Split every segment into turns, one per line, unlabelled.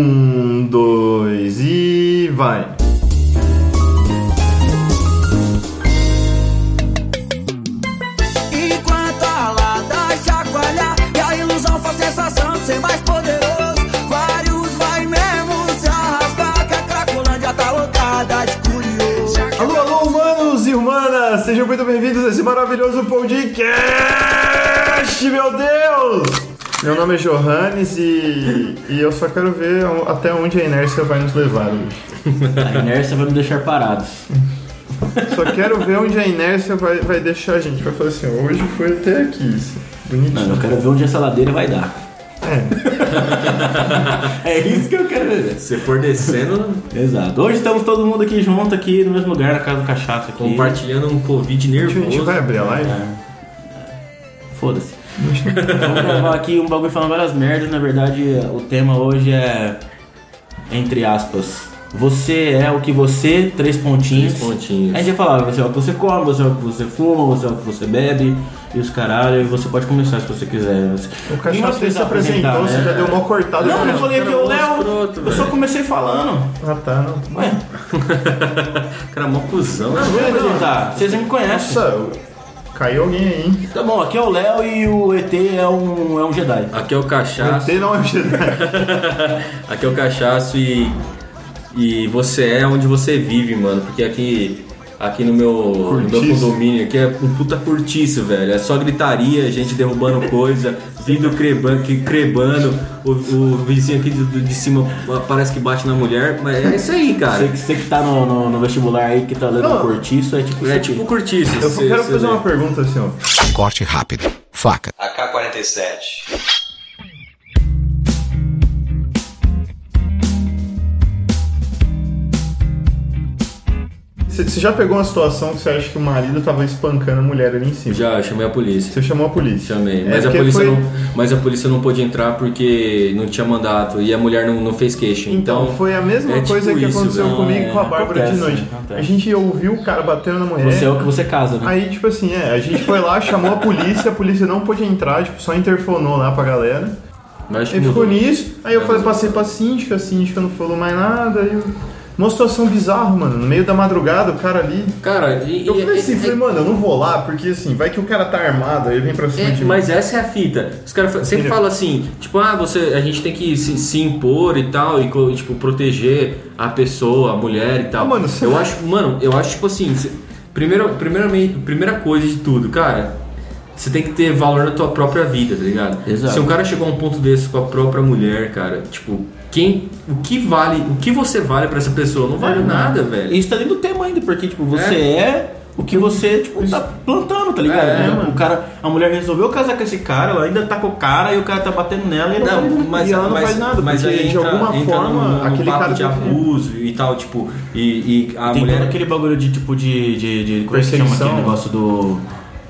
Um, dois e vai!
Enquanto a lada chacoalhar E a ilusão faz sensação de ser mais poderoso Vários vai mesmo se arrastar Que a Cracolândia tá lotada de curioso
Alô, alô, humanos e humanas! Sejam muito bem-vindos a esse maravilhoso podcast, meu Deus! Meu nome é Johannes e, e eu só quero ver o- até onde a inércia vai nos levar hoje.
A inércia vai me deixar parados.
Só quero ver onde a inércia vai, vai deixar a gente. Vai falar assim, hoje foi até aqui. isso.
Não, eu
Bonitinho.
quero ver onde essa ladeira vai dar.
É,
É isso que eu quero ver.
Se for descendo,
Exato. Hoje estamos todo mundo aqui junto, aqui no mesmo lugar, na casa do cachaça aqui.
compartilhando um Covid
a gente
nervoso.
vai abrir a live?
Foda-se. Vamos gravar aqui um bagulho falando várias merdas. Na verdade, o tema hoje é. Entre aspas. Você é o que você, três pontinhos.
Três pontinhos.
A gente vai falar, você é o que você come, você é o que você fuma, você é o que você bebe, e os caralho, e você pode começar se você quiser.
O
Ninguém vai
cachaça se
precisar
apresentou,
apresentar,
você
né?
já deu uma cortada.
Não, eu
né?
não falei que
cara
eu,
mó
Léo.
escroto,
Eu só
velho.
comecei falando.
Ah, tá, não.
Ué,
Cara, é mó cuzão. né?
eu vou apresentar. Vocês não me conhecem.
Nossa, caiu alguém aí, hein?
Tá bom, aqui é o Léo e o ET é um, é um Jedi.
Aqui é o cachaço.
Você não é o Jedi.
Aqui é o cachaço e. E você é onde você vive, mano. Porque aqui. Aqui no meu, no meu
Cortiço.
condomínio, aqui é um puta curtiço, velho. É só gritaria, gente derrubando coisa, vidro creban- que- crebando, o, o vizinho aqui de, de cima parece que bate na mulher, mas é isso aí, cara.
Você, que- você que tá no, no- no vestibular aí, que tá lendo
Não.
um cortiço, é tipo isso
É
aqui.
tipo curtiço.
Eu só
cê-
quero
cê
fazer
vê.
uma pergunta assim, ó.
Corte rápido. Faca.
AK-47.
Você você já pegou uma situação que você acha que o marido tava espancando a mulher ali em cima?
Já, chamei a polícia.
Você chamou a polícia.
Chamei,
É
mas, a
porque
polícia
foi-
não, mas a polícia não pôde entrar porque não tinha mandato e a mulher não, não fez queixa.
Então,
Então,
foi a mesma
é tipo
coisa que
isso,
aconteceu
velho.
comigo e com a
Não, é,
Bárbara de
acontece,
noite.
acontece.
A gente ouviu o cara batendo na mulher.
Você é o que você casa, né?
Aí, tipo assim, é, a gente foi lá, chamou a polícia, a polícia não pôde entrar, tipo, só interfonou lá pra galera.
Mas acho que
Aí ficou
mudou.
nisso, aí eu falei, passei pra síndica, a síndica não falou mais nada, aí eu... Uma situação bizarra, mano, no meio da madrugada, o cara ali...
Cara, e,
Eu
e-
falei assim,
e-
falei, mano, eu não vou lá, porque assim, vai que o cara tá armado, aí ele vem pra cima
É,
de mim.
mas essa é a fita. Os caras fa- sempre
Entendeu?
falam assim, tipo, ah, você, a gente tem que se, se impor e tal, e co- tipo, proteger a pessoa, a mulher e tal.
Ah, mano, você
eu
vai-
acho, mano, eu acho tipo assim, cê- primeiro, primeiramente, primeira coisa de tudo, cara, você tem que ter valor na tua própria vida, tá ligado?
Exato.
Se um cara chegou a um ponto desse com a própria mulher, cara, tipo, quem, o que vale, o que você vale pra essa pessoa?
É,
Não vale nada, velho.
E isso tá dentro do tema ainda, porque, tipo, você é, o que você, tipo, tá plantando, tá ligado?
É,
o cara, a mulher resolveu casar com esse cara, ela ainda tá com o cara e o cara tá batendo nela e não,
Não,
faz-
mas,
e ela não
mas-
faz nada,
mas
porque
aí
de
entra-
alguma
entra
forma,
no- no
aquele
papo
cara
de
tem que-
abuso e tal, tipo, e, e a
Tem
mulher
todo aquele bagulho de tipo de. de, de como é que chama
Perseguição.
aquele negócio do.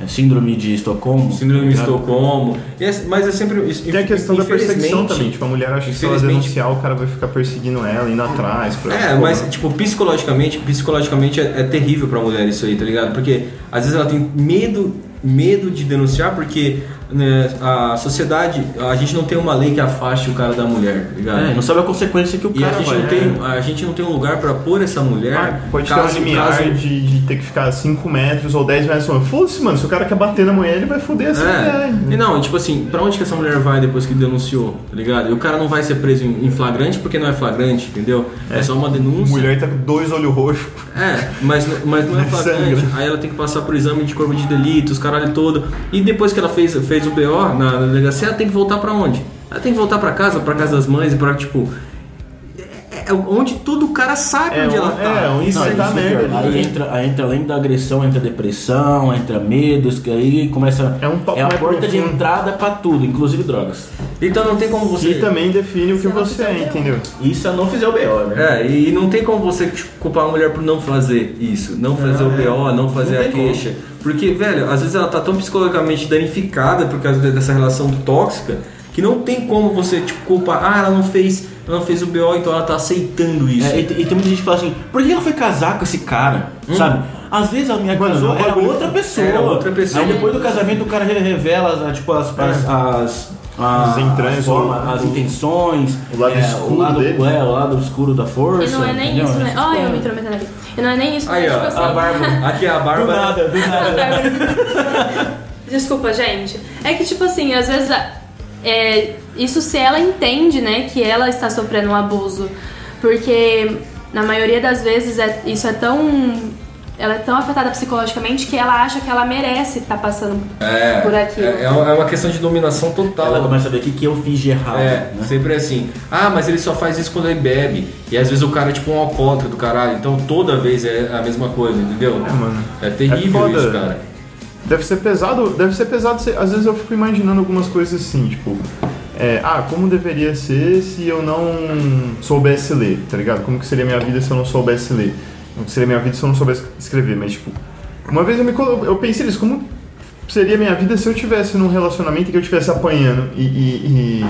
é, síndrome de Estocolmo?
síndrome de
Tá ligado?
Estocolmo. E é- mas é sempre isso.
Tem a questão da perseguição
infelizmente-
também, tipo, a mulher acha que se ela
infelizmente-
denunciar, o cara vai ficar perseguindo ela, indo atrás. Pra...
É, mas tipo, psicologicamente, psicologicamente é, é terrível pra mulher isso aí, tá ligado? Porque às vezes ela tem medo, medo de denunciar porque né, a sociedade, a gente não tem uma lei que afaste o cara da mulher, tá ligado?
É, não sabe a consequência que o
E a
cara
gente,
vai. né?
não tem, a gente não tem um lugar pra pôr essa mulher.
é. Ah, pode
caso,
ter um limiar
caso-
de, de ter que ficar 5 metros ou 10 metros. Foda-se, mano, se o cara quer bater na mulher, ele vai foder essa mulher. né?
É. E não, tipo assim, pra onde que essa mulher vai depois que denunciou, tá ligado? E o cara não vai ser preso em em flagrante porque não é flagrante, entendeu? É, só uma denúncia.
Mulher tá com dois olhos roxos.
É, mas, n- mas não é flagrante.
Sangra.
Aí ela tem que passar por exame de corpo de delitos, caralho todo. E depois que ela fez, fez o BO na na delegacia, ela tem que voltar pra onde? Ela tem que voltar pra casa, pra casa das mães e pra, tipo. é- É onde todo o cara sabe
É,
onde ela
é,
tá.
onde
Isso
vai
é
dar
pior.
merda. né?
Aí entra, aí entra além da agressão, entra depressão, entra medos, que aí começa.
É um papo
a
mais
porta de
profundo.
entrada pra tudo, inclusive drogas.
Então não tem como você.
E também define o que você é, entendeu?
E se ela não fizer o BO, né?
É, e não tem como você tipo, culpar a mulher por não fazer isso, não fazer o BO, não fazer a queixa. Porque, velho, às vezes ela tá tão psicologicamente danificada por causa de- dessa relação tóxica que não tem como você tipo, culpar, ah, ela não fez, ela não fez o BO, então ela tá aceitando isso.
É, e, e tem muita gente que fala assim, por que ela foi casar com esse cara? Sabe? Às vezes a minha
Mas
casou
o
era
é um bagulho- é
outra pessoa.
Era outra pessoa.
Aí depois do casamento o cara re- revela, ah, tipo, né, as, as, as, a-
Os É. entranhas,
a forma,
o-
as intenções,
o lado
é,
escuro
o lado,
dele.
é, o lado escuro da força.
E não é nem
entendeu?
isso, né?
Essas
Olha, eu
coisas.
me intrometendo ali. E não é nem isso,
Aí,
mas,
ó,
tipo
a
assim,
Bárbara. Aqui a
Do
Bárbara.
nada, do nada.
Desculpa, gente. É que, tipo assim, às vezes. a- é, isso se ela entende, né, que ela está sofrendo um abuso. Porque na maioria das vezes é- isso é tão. Ela é tão afetada psicologicamente que ela acha que ela merece estar passando
É,
por aquilo.
é, é uma é uma questão de dominação total.
Ela tá começa a ver o que, que eu fiz de errado.
É,
né?
sempre assim. Ah, mas ele só faz isso quando ele bebe. E às vezes o cara é tipo um alcoólatra do caralho. Então toda vez é a mesma coisa, entendeu?
É, mano.
É
É
terrível
foda.
isso, cara.
Deve ser pesado, deve ser pesado. ser- Às vezes eu fico imaginando algumas coisas assim, tipo, é, ah, como deveria ser se eu não soubesse ler, tá ligado? Como que seria minha vida se eu não soubesse ler? Como que seria minha vida se eu não soubesse escrever? Mas tipo, uma vez eu me colo- eu pensei nisso, como seria minha vida se eu tivesse num relacionamento que eu tivesse apanhando e, e, e,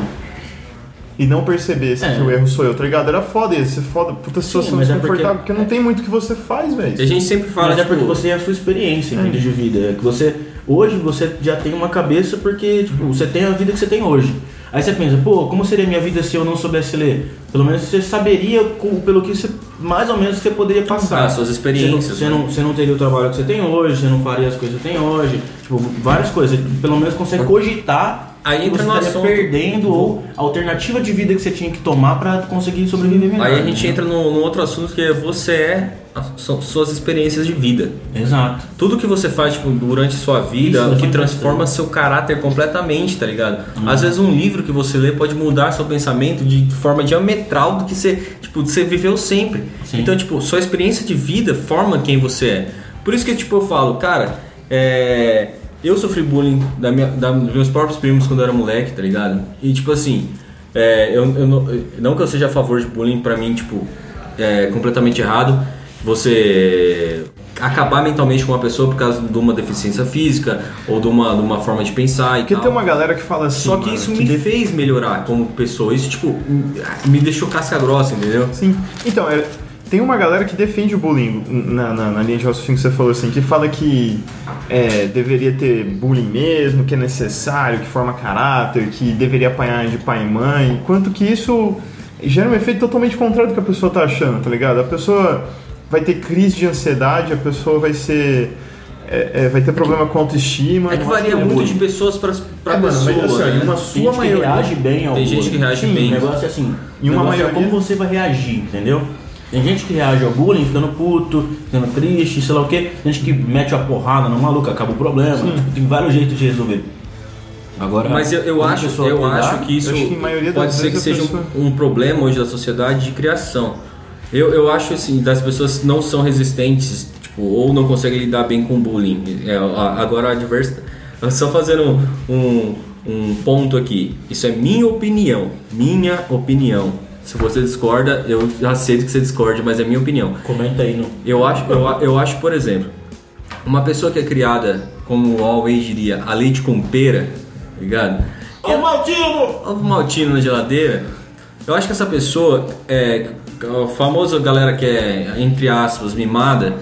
e não percebesse
É.
que o erro sou eu, tá ligado? Era foda, ia ser foda, puta situação
mas é porque-
desconfortável, porque... não tem muito que você faz, velho.
E a gente sempre fala,
Mas é
tipo,
porque você é a sua experiência entende, de vida. É que você. Hoje você já tem uma cabeça porque tipo, você tem a vida que você tem hoje. Aí você pensa, pô, como seria minha vida se eu não soubesse ler? Pelo menos você saberia co- pelo que você. Mais ou menos que você poderia passar.
Ah, suas experiências,
Você não, você, não, você não teria o trabalho que você tem hoje, você não faria as coisas que você tem hoje. Tipo, várias coisas. Você, Pelo menos consegue cogitar.
Aí
que
entra
você
no
estaria
assunto.
perdendo ou a alternativa de vida que você tinha que tomar pra conseguir sobreviver melhor.
Aí a gente
né?
entra num num outro assunto que é você é as- su- suas experiências de vida.
Exato.
Tudo que você faz tipo, durante sua
Isso, é
vida é
eu
que
tô
transforma seu caráter completamente, tá ligado?
Uhum.
Às vezes um livro que você lê pode mudar seu pensamento de forma diametral do que você, tipo, você viveu sempre.
Sim.
Então, tipo, sua experiência de vida forma quem você é. Por isso que tipo, eu falo, cara, é, eu sofri bullying da minha, da, dos meus próprios primos quando eu era moleque, tá ligado? E tipo assim, é, eu, eu não, não que eu seja a favor de bullying, pra mim, tipo, é completamente errado. Você acabar mentalmente com uma pessoa por causa de uma deficiência física ou de uma, de uma forma de pensar e
Porque
tal.
tem uma galera que fala assim.
Só que
mano,
isso me fez melhorar como pessoa. Isso, tipo, me deixou casca grossa, entendeu?
Sim. Então, é, tem uma galera que defende o bullying na, na, na linha de raciocínio que você falou assim, que fala que é, deveria ter bullying mesmo, que é necessário, que forma caráter, que deveria apanhar de pai e mãe, enquanto que isso gera um efeito totalmente contrário do que a pessoa tá achando, tá ligado? A pessoa vai ter crise de ansiedade, a pessoa vai ser. é, é, vai ter problema com autoestima.
É que
Eu acho
varia
é
muito
bullying.
de pessoas pra, pra
É, mano, mas,
pessoa.
assim,
né?
uma
Tem
sua
gente que
maioria.
reage bem ao
Tem gente
bullying.
que reage
Sim,
bem.
O negócio é assim.
E
E
uma
uma maioria... é
maioria-
como você vai reagir, entendeu? Tem gente que reage ao bullying ficando puto, ficando triste, sei lá o quê. Tem gente que mete a porrada no maluco, acaba o problema. Tipo, tem vários jeitos de resolver. Agora,
Mas eu, eu
quando a
acho,
pessoa
eu
cuidar-
acho que isso
eu acho que a maioria
pode
das
ser que
vezes a
seja um-
pessoa-
um, problema hoje da sociedade de criação. Eu, eu acho assim, das pessoas que não são resistentes, tipo, ou não conseguem lidar bem com bullying. É, a- agora a diversa. Só fazendo um, um ponto aqui. Isso é minha opinião. Minha opinião. Se você discorda, eu aceito que você discorde, mas é minha opinião.
Comenta aí no...
Eu acho, eu, a- eu acho, por exemplo, uma pessoa que é criada, como o Always diria, a leite com pera, tá ligado?
Ô, Maltino!
Uma maltina na geladeira, eu acho que essa pessoa, é, a famosa galera que é, entre aspas, mimada,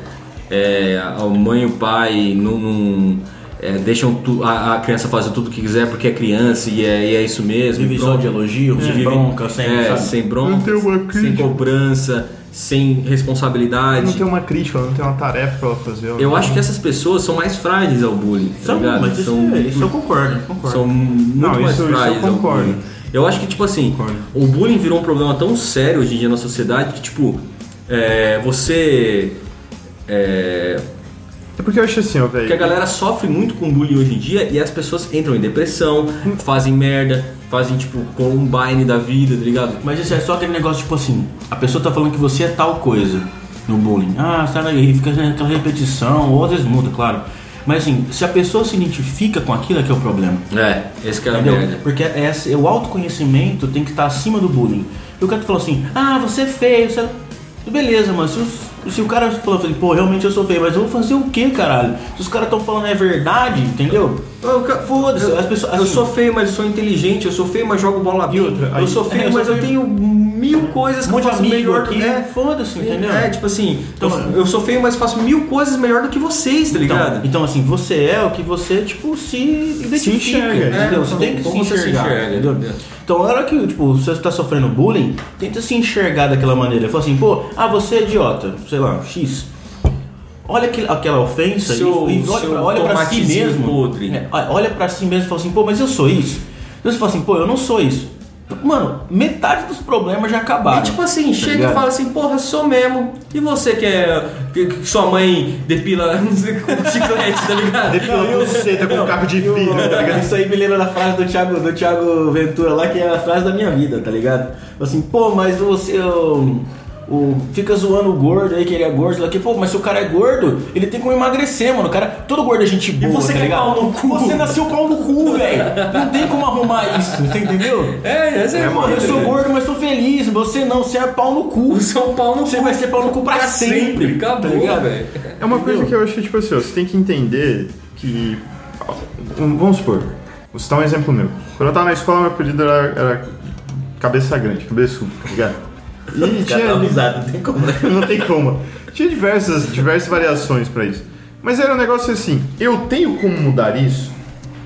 é, a mãe e o pai não, não, é, deixam tu- a, a criança fazer tudo o que quiser porque é criança e é, e é isso mesmo.
Vive só
pronto.
de elogio, sem
Vive-
bronca, sem...
é,
sabe?
sem bronca,
Não tem uma
sem
crítica.
cobrança, sem responsabilidade.
Não tem uma crítica, não tem uma tarefa pra ela fazer.
Eu acho que essas pessoas são mais frágeis ao bullying, tá
São,
ligado?
mas isso,
são,
é- isso eu concordo, concordo.
são muito
Não,
mais
isso- isso eu
frágeis ao
concordo.
bullying. Eu acho que, tipo assim,
Concordo.
o bullying virou um problema tão sério hoje em dia na sociedade que, tipo, é, você... é,
É porque eu acho assim, ó, velho.
porque a galera sofre muito com bullying hoje em dia e as pessoas entram em depressão, fazem merda, fazem, tipo, combine da vida, tá ligado?
Mas isso é só aquele negócio, tipo assim, a pessoa tá falando que você é tal coisa no bullying. Ah, sai daí, fica aquela repetição, ou às vezes muda, claro. Mas assim, se a pessoa se identifica com aquilo é que é o problema.
É, esse que é a
Entendeu?
merda.
Porque essa, é o autoconhecimento tá tem que estar acima do bullying. E o cara que falou assim, ah, você é feio, você é... Beleza, mas se os- Se o cara falou assim, pô, realmente eu sou feio, mas eu vou fazer o que, caralho? Se os caras estão falando é verdade, entendeu?
Ah, Eu, ca-
Foda-se,
eu-
as pessoas-
eu
assim-
sou feio, mas sou inteligente. Eu sou feio, mas jogo bola bem.
outra, aí-
eu sou feio,
É, eu sou
mas eu
feio.
tenho mil coisas
Um
que
monte de
eu faço
amigo
melhor do
aqui,
que é.
foda-se, entendeu?
É, tipo assim,
Então,
eu, eu sou feio, mas faço mil coisas melhor do que vocês, tá
Então,
ligado?
então, assim, você é o que você, tipo, se identifica.
enxerga,
entendeu?
é.
Você tem que se
Como você se
enxergar.
enxerga,
entendeu?
entendeu?
Então, na hora que, tipo, você tá sofrendo bullying, tenta se enxergar daquela maneira. Fala assim, pô, ah, você é idiota, sei lá, X. Olha aquele- aquela ofensa e-
Seu-
e, olha,
seu
pra, olha pra si
tomatezinho
mesmo.
podre.
É, olha pra si mesmo e fala assim, pô, mas eu sou isso. Então você fala assim, pô, eu não sou isso. Mano, metade dos problemas já acabaram.
É tipo assim, chega
tá ligado?
e fala assim, porra, sou mesmo. E você que é. que, que sua mãe depila com chiclete, tá ligado?
Depilou buceta com carro de filho, tá ligado?
Isso aí me lembra da frase do Thiago, do Thiago Ventura lá, que é a frase da minha vida, tá ligado? Assim, pô, mas você. O, o- fica zoando o gordo aí, que ele é gordo, lá que, pô, mas se o cara é gordo, ele tem como emagrecer, mano. O cara, todo gordo é gente boa,
você
tá
que é
ligado?
pau no cu.
Você nasceu pau no cu, velho. Não tem como arrumar isso, você entendeu?
É, essa é,
É,
a
mano,
foda,
Eu sou
né?
gordo, mas sou feliz. Você não, você é pau no cu.
Você é um pau no
Você
cu.
vai ser pau no cu pra,
Pra sempre,
sempre.
acabou,
tá ligado?
velho.
É uma coisa que eu acho que, tipo assim, ó, você tem que entender que. um, Vamos supor, vou citar um exemplo meu. Quando eu tava na escola, meu apelido era, era cabeça grande, cabeçudo, tá ligado? E
Cara, tá
tinha-
usado, não tem como.
não tem como. Tinha diversas, diversas variações pra isso. Mas era um negócio assim, eu tenho como mudar isso?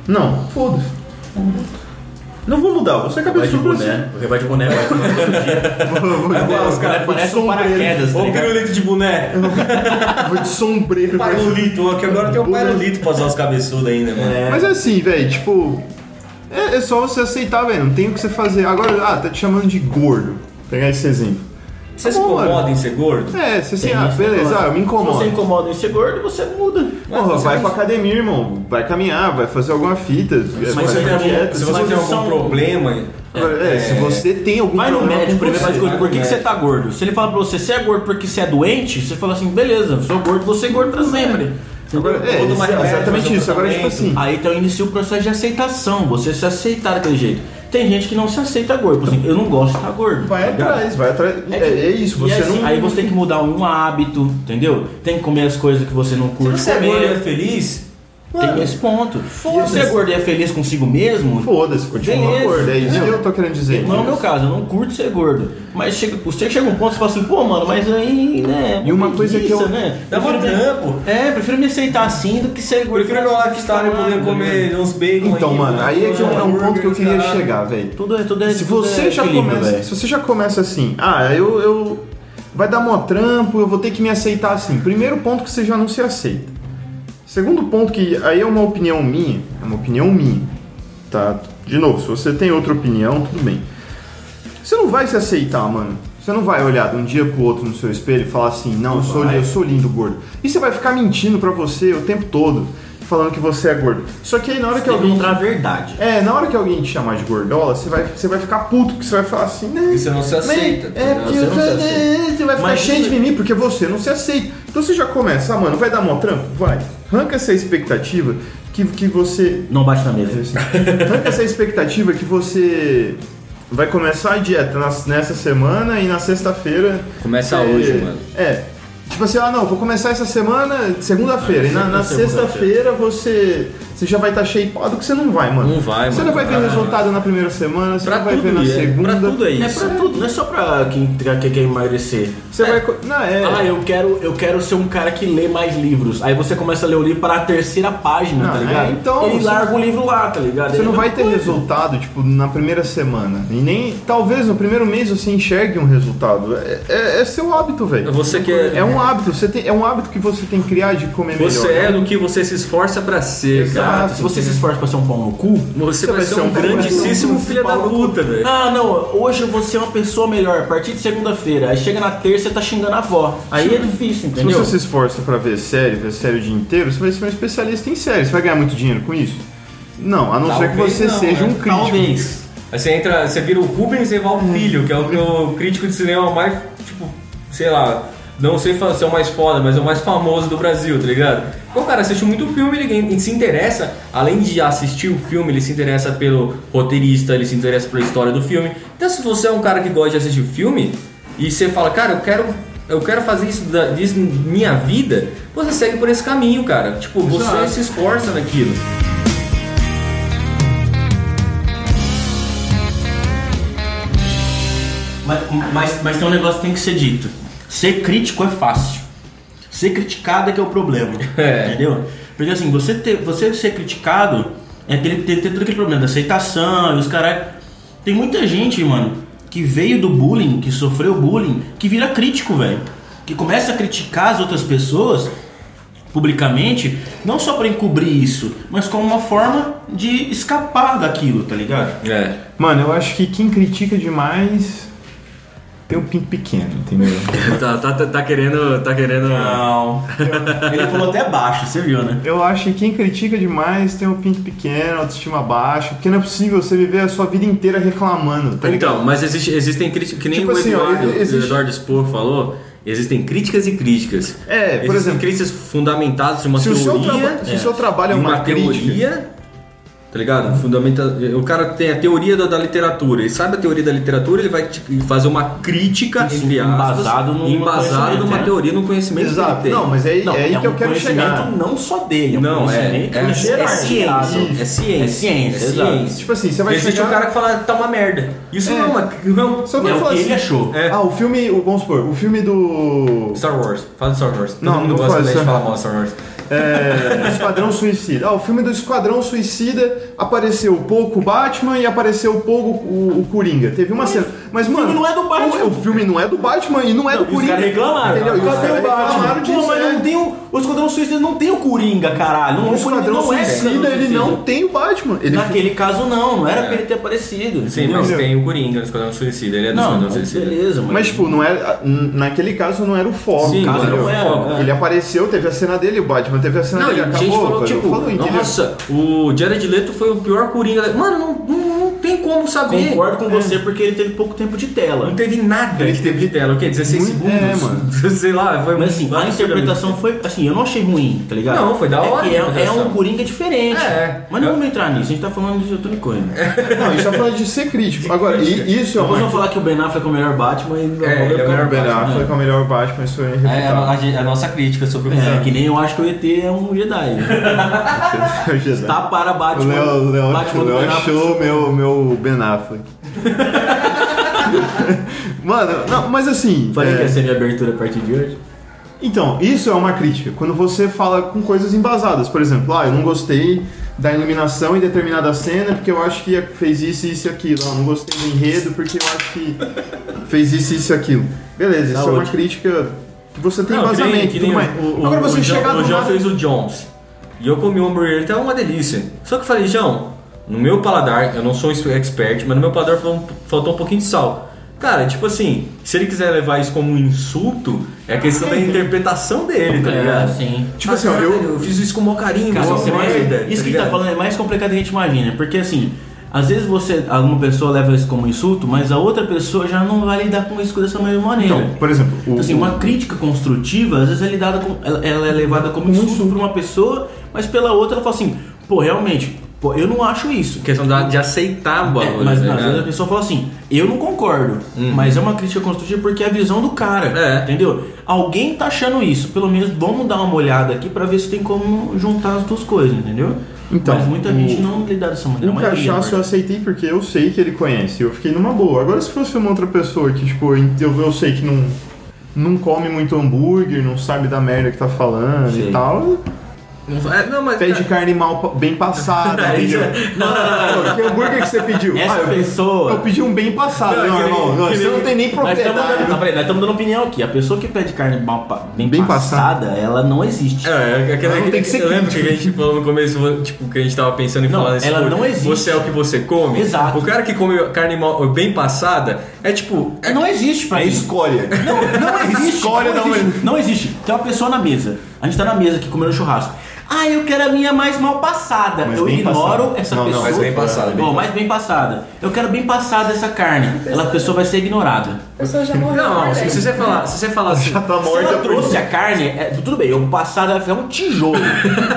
Não, foda-se. Não vou mudar, você é
Vai de
cabeçudo. assim.
boné, vai de boné, vai de boné.
Vou- vou-
Pô, os caras parecem um paraquedas, tá
Ô,
ligado?
pirulito de boné.
Vou de sombreiro. mas-
Um Parolito, ó, que agora tem o parolito pra usar os cabeçudos ainda, mano.
Mas é assim, velho, tipo. É, é só você aceitar, velho. Não tem o que você fazer. Agora, ah, tá te chamando de gordo. Vou pegar esse exemplo.
Você se
Pô, Tá mano.
incomoda em ser gordo?
É, você assim,
Tem
ah,
isso,
beleza,
negócio.
ah, eu me
Se você
incomodo.
incomoda em ser gordo, você muda.
Porra, vai pra academia, irmão. Vai caminhar, vai fazer alguma fita. vai
você
fazer
tem algum-
dieta.
Se
Mas
você tem
eles são-
algum problema,
Agora, é, se você tem algum
Vai no
problema
médico
com
primeiro pra
você, né? É.
descobrir por que, que
Vai no
você tá gordo. Se ele fala pra você, você é gordo porque você é doente, você fala assim, beleza, sou gordo, você é gordo pra sempre.
Agora,
Entendeu?
é,
Vou
isso,
tomar remédio,
exatamente
fazer um
isso. Agora, tipo assim.
tratamento.
Aí então inicia o processo de aceitação, você se aceitar daquele jeito. Tem gente que não se aceita gordo, por exemplo, eu não gosto de estar gordo.
Vai
tá ligado?
atrás, vai atrás. É, é isso,
e
você
assim,
não.
Aí você tem que mudar um hábito, entendeu? Tem que comer as coisas que você não curte
você é gordo e é
comer.
feliz,
tem esse ponto. Se você é gordo e é feliz consigo mesmo,
Foda-se, continua
Beleza,
gordo. É isso que
entendeu?
eu tô querendo dizer.
Não é o meu caso, eu não curto ser gordo. Mas chega, você chega um ponto e fala assim, pô, mano, mas aí, né?
E uma coisa que
preguiça,
eu-
Né?
dá pra
Prefiro-
trampo.
É, prefiro me aceitar assim do que ser gordo. Assim, tipo,
Prefiro meu lifestyle e poder comer uns bacon
Então,
aí,
né?
né?
mano, aí é que é um- é um ponto que eu queria
caralho.
chegar, velho.
Tudo é, tudo é.
Se
tudo
você,
é
já
equilíbrio,
começa,
velho.
se você já começa assim, ah, eu, eu. Vai dar mó trampo, eu vou ter que me aceitar assim. Primeiro ponto que você já não se aceita. Segundo ponto que aí é uma opinião minha, é uma opinião minha. Tá? De novo, se você tem outra opinião, tudo bem. Você não vai se aceitar, mano. Você não vai olhar de um dia pro outro no seu espelho e falar assim, não, eu sou, eu sou lindo, gordo. E você vai ficar mentindo pra você o tempo todo, falando que você é gordo. Só que aí na hora que
Tem que
alguém.
encontrar a verdade.
É, na hora que alguém te chamar de gordola, você vai, você vai ficar puto, que você vai falar assim, né?
E você não se aceita,
né?
tá
É,
ligado?
porque você,
Você
é,
não se aceita.
você vai ficar
Mas
cheio
isso-
de mimimi porque você não se aceita. Então você já começa, ah, mano, vai dar mó trampo? Vai. Arranca essa expectativa que, que você.
Não bate na mesa.
Arranca Assim. essa expectativa que você vai começar a dieta nas- nessa semana e na sexta-feira.
Começa
você-
hoje, mano.
É. Tipo assim, ah não, vou começar essa semana, segunda-feira. E na, na sexta-feira você, você já vai estar shapeado que você não vai, mano.
Não vai,
Você
mano.
não vai ver
Pra-
resultado na primeira semana, você
Pra
não vai ver
tudo,
na
é.
segunda.
Pra tudo é
É
isso.
pra tudo, não é só pra quem quer, quer emagrecer.
Você vai. co- Não, é.
Ah, eu quero, eu quero ser um cara que lê mais livros. Aí você começa a ler o livro para a terceira página,
Ah,
tá
é,
ligado?
então,
e
você-
larga o livro lá, tá ligado?
Você
É a
não vai
mesma
ter
coisa.
resultado, tipo, na primeira semana. E nem. Talvez no primeiro mês você enxergue um resultado. É, é- é seu hábito, velho.
Você que é-
É um hábito. Você tem, é um hábito que você tem que criar de comer melhor. né?
Você é do que você se esforça pra ser, cara.
Exato. Se você se esforça pra ser um pau no cu,
Você, vai ser um
pau-
grandíssimo filho da puta, velho.
Ah, não, hoje eu vou ser uma pessoa melhor a partir de segunda-feira. Aí chega na terça e tá xingando a avó. Aí é difícil,
Se
entendeu?
você se esforça pra ver série, ver série o dia inteiro, você vai ser um especialista em série. Você vai ganhar muito dinheiro com isso? Não, a não ser que
Talvez
você
não,
seja
né?
um crítico.
Talvez.
Aí você entra, você vira o Rubens Evaldo Filho, que é o, que é o crítico de cinema mais, tipo, sei lá, não sei fa- se é o mais foda, mas é o mais famoso do Brasil, tá ligado? Então, cara, assiste muito filme, ele, ele se interessa, além de assistir o filme, ele se interessa pelo roteirista, ele se interessa pela história do filme. Então, se você é um cara que gosta de assistir filme e você fala, cara, eu quero eu quero fazer isso da, disso minha vida, você segue por esse caminho, cara. Tipo, você
Exato.
se esforça naquilo.
Mas, mas, mas tem um negócio que tem que ser dito. Ser crítico é fácil. Ser criticado é que é o problema.
É.
Entendeu? Porque assim, você, ter, você ser criticado é aquele, ter, ter todo aquele problema da aceitação e os caras. Tem muita gente, mano, que veio do bullying, que sofreu bullying, que vira crítico, velho. Que começa a criticar as outras pessoas publicamente, não só pra encobrir isso, mas como uma forma de escapar daquilo, tá ligado?
É.
Mano, eu acho que quem critica demais tem um pinto pequeno, entendeu?
Tá, tá, tá, tá querendo. Tá querendo.
Não. Ele falou até baixo, você viu, né?
Eu acho que quem critica demais tem um pinto pequeno, autoestima baixa, porque não é possível você viver a sua vida inteira reclamando, tá ligado?
Então, mas existe, existem críticas. Que nem
Tipo
o
assim, ó,
Eduardo,
existe-
o Eduardo Spohr falou, existem críticas e críticas.
É, por
Existem
exemplo,
críticas fundamentadas em uma
se o
teoria.
seu traba- se o seu trabalho é
em
uma
teoria. Tá ligado? Fundamenta... O cara tem a teoria da, da literatura. Ele sabe a teoria da literatura, ele vai tipo, fazer uma crítica,
Isso,
entre aspas,
embasado num
embasado
conhecimento,
numa
né?
teoria, num conhecimento que ele
Exato.
tem.
Não, mas é,
Não,
é aí que
um
eu quero
conhecimento
chegar.
não só dele, é um
Não, é,
conhecimento
é,
geral.
é ciência.
É
É ciência.
ciência,
é
exato.
ciência.
Tipo assim, você vai
Existe
chegar-
um cara que fala, tá uma merda. Isso
É.
não é uma. Não,
Só
É
pra
o
falar
que
assim,
ele achou.
É.
Ah, o filme, o- vamos supor, o filme do
Star Wars, fala de Star Wars.
Não,
Todo mundo
não
gosta
fala né?
da
de
gente
Star-
falar mal de Star Wars.
é, Esquadrão Suicida. Ah, o filme do Esquadrão Suicida apareceu pouco o Batman e apareceu pouco o, o Coringa. Teve uma cena. Mas, mano.
filme não é do Batman.
O filme não é do Batman e não é
Não,
do
e os
Coringa.
caras reclamaram.
Entendeu? E os
Cadê
caras
o
reclamaram
é Batman?
disso.
Pô, mas não
é.
tem o. O Esquadrão Suicida não tem o Coringa, caralho. Não,
O
Coringa
Esquadrão
não é
Suicida,
Esquadrão
ele
Suicida.
não tem o Batman. Ele
Naquele caso, não. Não era pra ele ter aparecido.
Sim,
entendeu?
mas tem o Coringa, o Esquadrão Suicida. Ele é do
Não,
Esquadrão
mas
Suicida.
beleza, mas.
Mas, tipo, não era, naquele caso não era o foco.
Sim,
entendeu?
cara,
não era,
foco.
é.
Ele apareceu, teve a cena dele, o Batman teve a cena
Não, e
dele,
a
acabou.
gente falou,
velho.
tipo,
Falou, entendeu?
nossa, o Jared Leto foi o pior Coringa. da- Mano, não, não, não tem como saber.
Concordo com você porque ele teve pouco tempo de tela.
Não teve nada
Ele
que teve de tela. O quê? 16
Muito-
segundos?
é, mano.
Sei lá, foi
Mas assim, a interpretação foi. Assim, eu não achei ruim, tá ligado?
Não, foi da hora
É, que é,
a
é
interpretação.
um Coringa diferente.
É.
Mas não vamos entrar nisso, a gente tá falando de Tony Cohen.
Não, a gente tá falando de ser crítico. Agora, e- isso é
Depois
uma
vão falar que o Ben Affleck é o melhor Batman e
É, ele é o melhor
Ben Affleck é o melhor Batman, isso é irrefutável.
nossa crítica sobre o
É, que nem eu acho que o ET é um Jedi. né? Tá para
O
Batman.
Léo, o Léo,
Batman
o
do
Léo
Ben Affleck.
achou meu, meu Ben Affleck. Mano, não, mas assim.
Falei
é,
que ia ser minha abertura a partir de hoje.
Então, isso é uma crítica. Quando você fala com coisas embasadas, por exemplo, ah, eu não gostei da iluminação em determinada cena porque eu acho que fez isso, isso e aquilo. Ah, não gostei do enredo porque eu acho que fez isso, isso e aquilo. Beleza, isso é uma
Saúde.
crítica que você tem
Não, que nem-
embasamento.
que
tudo
nem
mais.
o- o-
Agora
o
você
João-
chegar
O
do
João
nada-
fez o Jones. E eu comi o hambúrguer, tava uma delícia. Só que eu falei, João, no meu paladar, eu não sou um expert, mas no meu paladar faltou um, faltou um pouquinho de sal. Cara, tipo assim, se ele quiser levar isso como um insulto, é questão da interpretação dele, tá ligado?
É, sim.
Tipo assim, ó,
cara,
eu-
fiz isso com o maior carinho,
Cara,
mó
você mais-
merda, tá
isso que ele
ligado?
tá falando é mais complicado do que a gente imagina, porque assim, às vezes você, alguma pessoa leva isso como insulto, mas a outra pessoa já não vai lidar com isso dessa mesma maneira.
Então, por exemplo, o-
Então, assim, uma crítica construtiva, às vezes é lidada com, ela, ela é levada como insulto por uma pessoa, mas pela outra ela fala assim, pô, realmente, pô, eu não acho isso.
Questão da- de aceitar o
É,
bagulho,
mas
tá
não, às vezes a
ligado? Uhum.
pessoa fala assim, eu não concordo, mas é uma crítica construtiva porque é a visão do cara,
É.
entendeu? Alguém tá achando isso, pelo menos vamos dar uma olhada aqui pra ver se tem como juntar as duas coisas, entendeu?
Então,
mas muita
o-
gente não é lida dessa maneira.
O
a maioria,
cachaço eu
na
aceitei porque eu sei que ele conhece. Eu fiquei numa boa. Agora, se fosse uma outra pessoa que, tipo, eu, eu sei que não, não come muito hambúrguer, não sabe da merda que tá falando
Sei.
e tal,
Não, é, não, mas
pede carne mal pa- bem passada.
Aí
entendeu?
já-
Não, não, não, não. Que hambúrguer que você pediu? Ah,
Essa
eu,
pessoa-
Eu pedi um bem passado.
Não,
Não,
que nem-
irmão, não,
que
você
nem-
não tem nem
Nós estamos
propriedade.
dando, não, peraí, nós estamos dando opinião aqui. A pessoa que pede carne mal pa- bem,
Bem
passada, ela não existe.
É, aquela
Não,
que
tem que ser
eu lembro que a
crítico.
gente falou no começo, tipo, que a gente tava pensando em
Não,
falar nesse
ela
coisa.
não existe.
Você é o que você come.
Exato.
O cara que come carne mal, bem passada é tipo. É,
Não existe pra
É
isso.
escolha.
Não existe.
Escolha
não,
da
existe não existe. Tem uma pessoa na mesa. A gente tá na mesa aqui comendo churrasco. Ah, eu quero a minha mais mal passada.
Mas
eu
bem
ignoro
passada.
essa
Não, não,
pessoa.
mas bem passada, bem
Bom, mais bem passada. Eu quero bem passada essa carne. Ela a pessoa vai ser ignorada.
pessoa já morreu.
Não,
né,
se
velho?
você falar, se você falar assim,
Já tá
Se
morta
ela
por
trouxe a carne, é, tudo bem, o passado vai ficar um tijolo,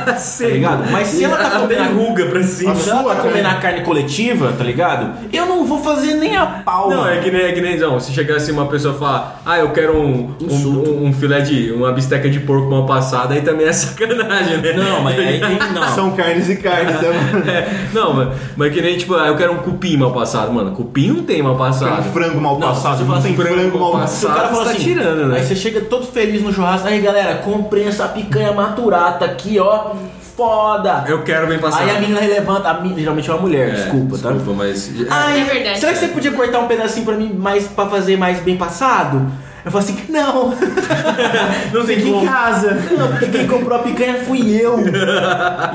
tá ligado? Mas se ela tá
até
comendo
ruga pra cima.
A
se ela
sua
tá comendo
carne.
a carne coletiva, tá ligado? Eu não vou fazer nem a pau.
Não, é
mano.
que nem, é que nem não, se chegasse uma pessoa e falar, ah, eu quero um, um, um- um filé de. uma bisteca de porco mal passada, aí também é sacanagem, né?
Não, mas aí tem. Não.
São carnes e carnes, né, mano?
É, não, mas, mas que nem tipo, ah, eu quero um cupim mal passado, mano. Cupim não tem mal
Tem um
passado.
um
frango mal
Não, se
passado,
você
não,
fala
tem
assim,
frango mal
Se
passado.
o cara fala
Você tá
assim,
tirando, né?
aí você chega todo feliz no churrasco, aí galera, comprei essa picanha maturata aqui, ó, foda.
Eu quero bem passado.
Aí a menina levanta, a menina, geralmente é uma mulher,
É,
desculpa, tá?
Desculpa, mas.
Ai,
É verdade.
Será que você podia cortar um pedacinho pra mim mais pra fazer mais bem passado? Eu falo assim, não.
Não tem
Fica em
como.
casa. Não, porque quem comprou a picanha fui eu.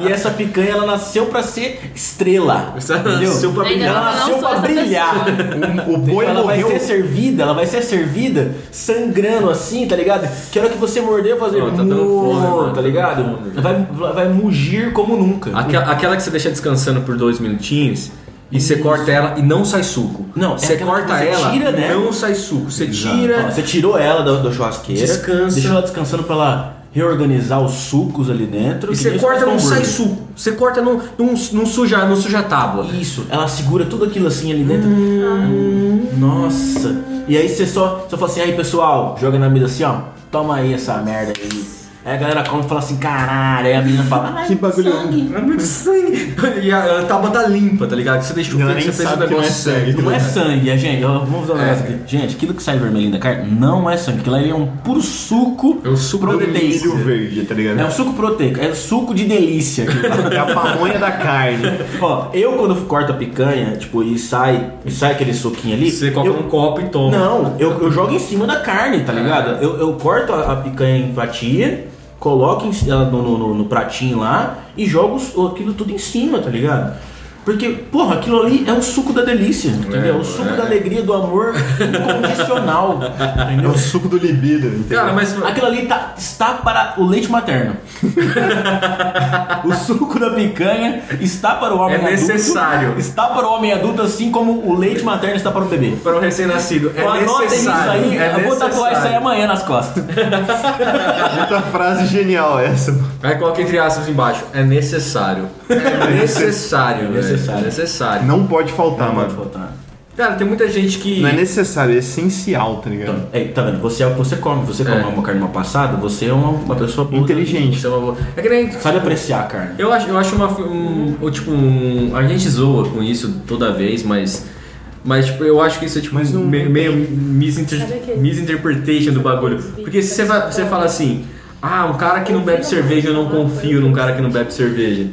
E essa picanha, ela nasceu pra ser estrela.
Ela
entendeu?
nasceu pra
Ainda
Ela
brilhar. não
nasceu
sou
pra
essa
brilhar.
O boi
ela
morreu.
vai ser servida, ela vai ser servida sangrando assim, tá ligado? Que hora que você morder, eu vou fazer.
Não, tá dando
"Mu",
fome, mano,
tá
tá
ligado?
dando fome. Ah,
Vai, vai mugir como nunca.
Aquela, aquela que você deixa descansando por dois minutinhos e você corta ela e não sai suco.
Não, é
você
aquela
corta
que você
ela
tira, né?
não sai suco. Você
Ó,
tira.
Você tirou ela da, da churrasqueira.
Descansa.
Deixou ela descansando pra ela reorganizar os sucos ali dentro.
E
que
você
nem
corta,
faz com
não sai
um hambúrguer.
suco. Você corta, não, não, não, suja, não suja a tábua.
Isso, ela segura tudo aquilo assim ali dentro.
Hum.
Nossa. E aí você só, só fala assim, aí pessoal, joga na mesa assim, ó. Toma aí essa merda aí. Aí a galera come e fala assim, caralho. Aí a menina fala,
Que bagulho.
É muito sangue. E a, a tábua tá limpa, tá ligado? Você deixou
Ela
que você
nem
fez o
sabe que não é
negócio
sangue.
Não é sangue, é, gente. ó, Vamos fazer um negócio aqui. Gente, aquilo que sai vermelhinho da carne não é sangue. Aquilo ali é um puro suco.
É um suco né? da
Milho verde, tá ligado?
É um suco proteico. É suco de delícia. aquilo.
É a pamonha da carne.
Ó, eu quando corto a picanha, tipo, e sai, e sai aquele suquinho ali.
Você coloca
eu,
um copo e toma.
Não, eu, eu jogo em cima da carne, tá ligado? Eu, eu corto a, a picanha em fatia, coloco em- ela no, no- no- no pratinho lá e jogo os- aquilo tudo em cima, tá ligado? Porque, porra, aquilo ali é o suco da delícia, entendeu?
É,
o suco da alegria, do amor incondicional,
É
entendeu?
o suco do libido, entendeu?
Cara, mas.
Aquilo ali tá- está para o leite materno. o suco da picanha está para o homem
É
adulto.
necessário.
Está para o homem adulto, assim como o leite materno está para o bebê.
Para um recém-nascido, é
Anotem isso
necessário.
Então, aí,
é
eu vou tatuar isso aí
necessário.
amanhã nas costas.
Muita frase genial essa.
Aí coloca entre aspas embaixo. É necessário. É necessário, velho.
necessário.
É necessário.
Não pode faltar,
Pode
mano.
faltar.
Cara, tem muita gente que.
Não é necessário, é essencial, tá ligado?
Então, é, tá vendo? Você é o que você come. Você come
É.
uma carne mal passada, você é uma, uma pessoa boa.
Inteligente.
Isso é uma boa- É que nem.
Sabe apreciar a carne.
Eu acho, eu acho uma. Um, ou, tipo, um, a gente zoa com isso toda vez, mas. Mas, tipo, eu acho que isso é tipo
Mas não-
me- meio misinter,
Sabe aquele-
misinterpretation do bagulho. Porque se você, vai- você fala assim, ah, um cara que não bebe cerveja, eu não confio num cara que não bebe cerveja.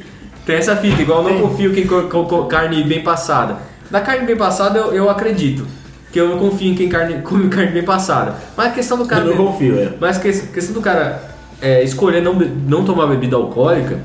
Tem essa fita, igual eu não confio em quem co- co- co- carne bem passada. Na carne bem passada eu, eu acredito. Que eu não confio em quem carne, come carne bem passada. Mas a questão do cara.
Eu não confio, é.
Mas a que- questão do cara é, escolher não, be- não tomar bebida alcoólica.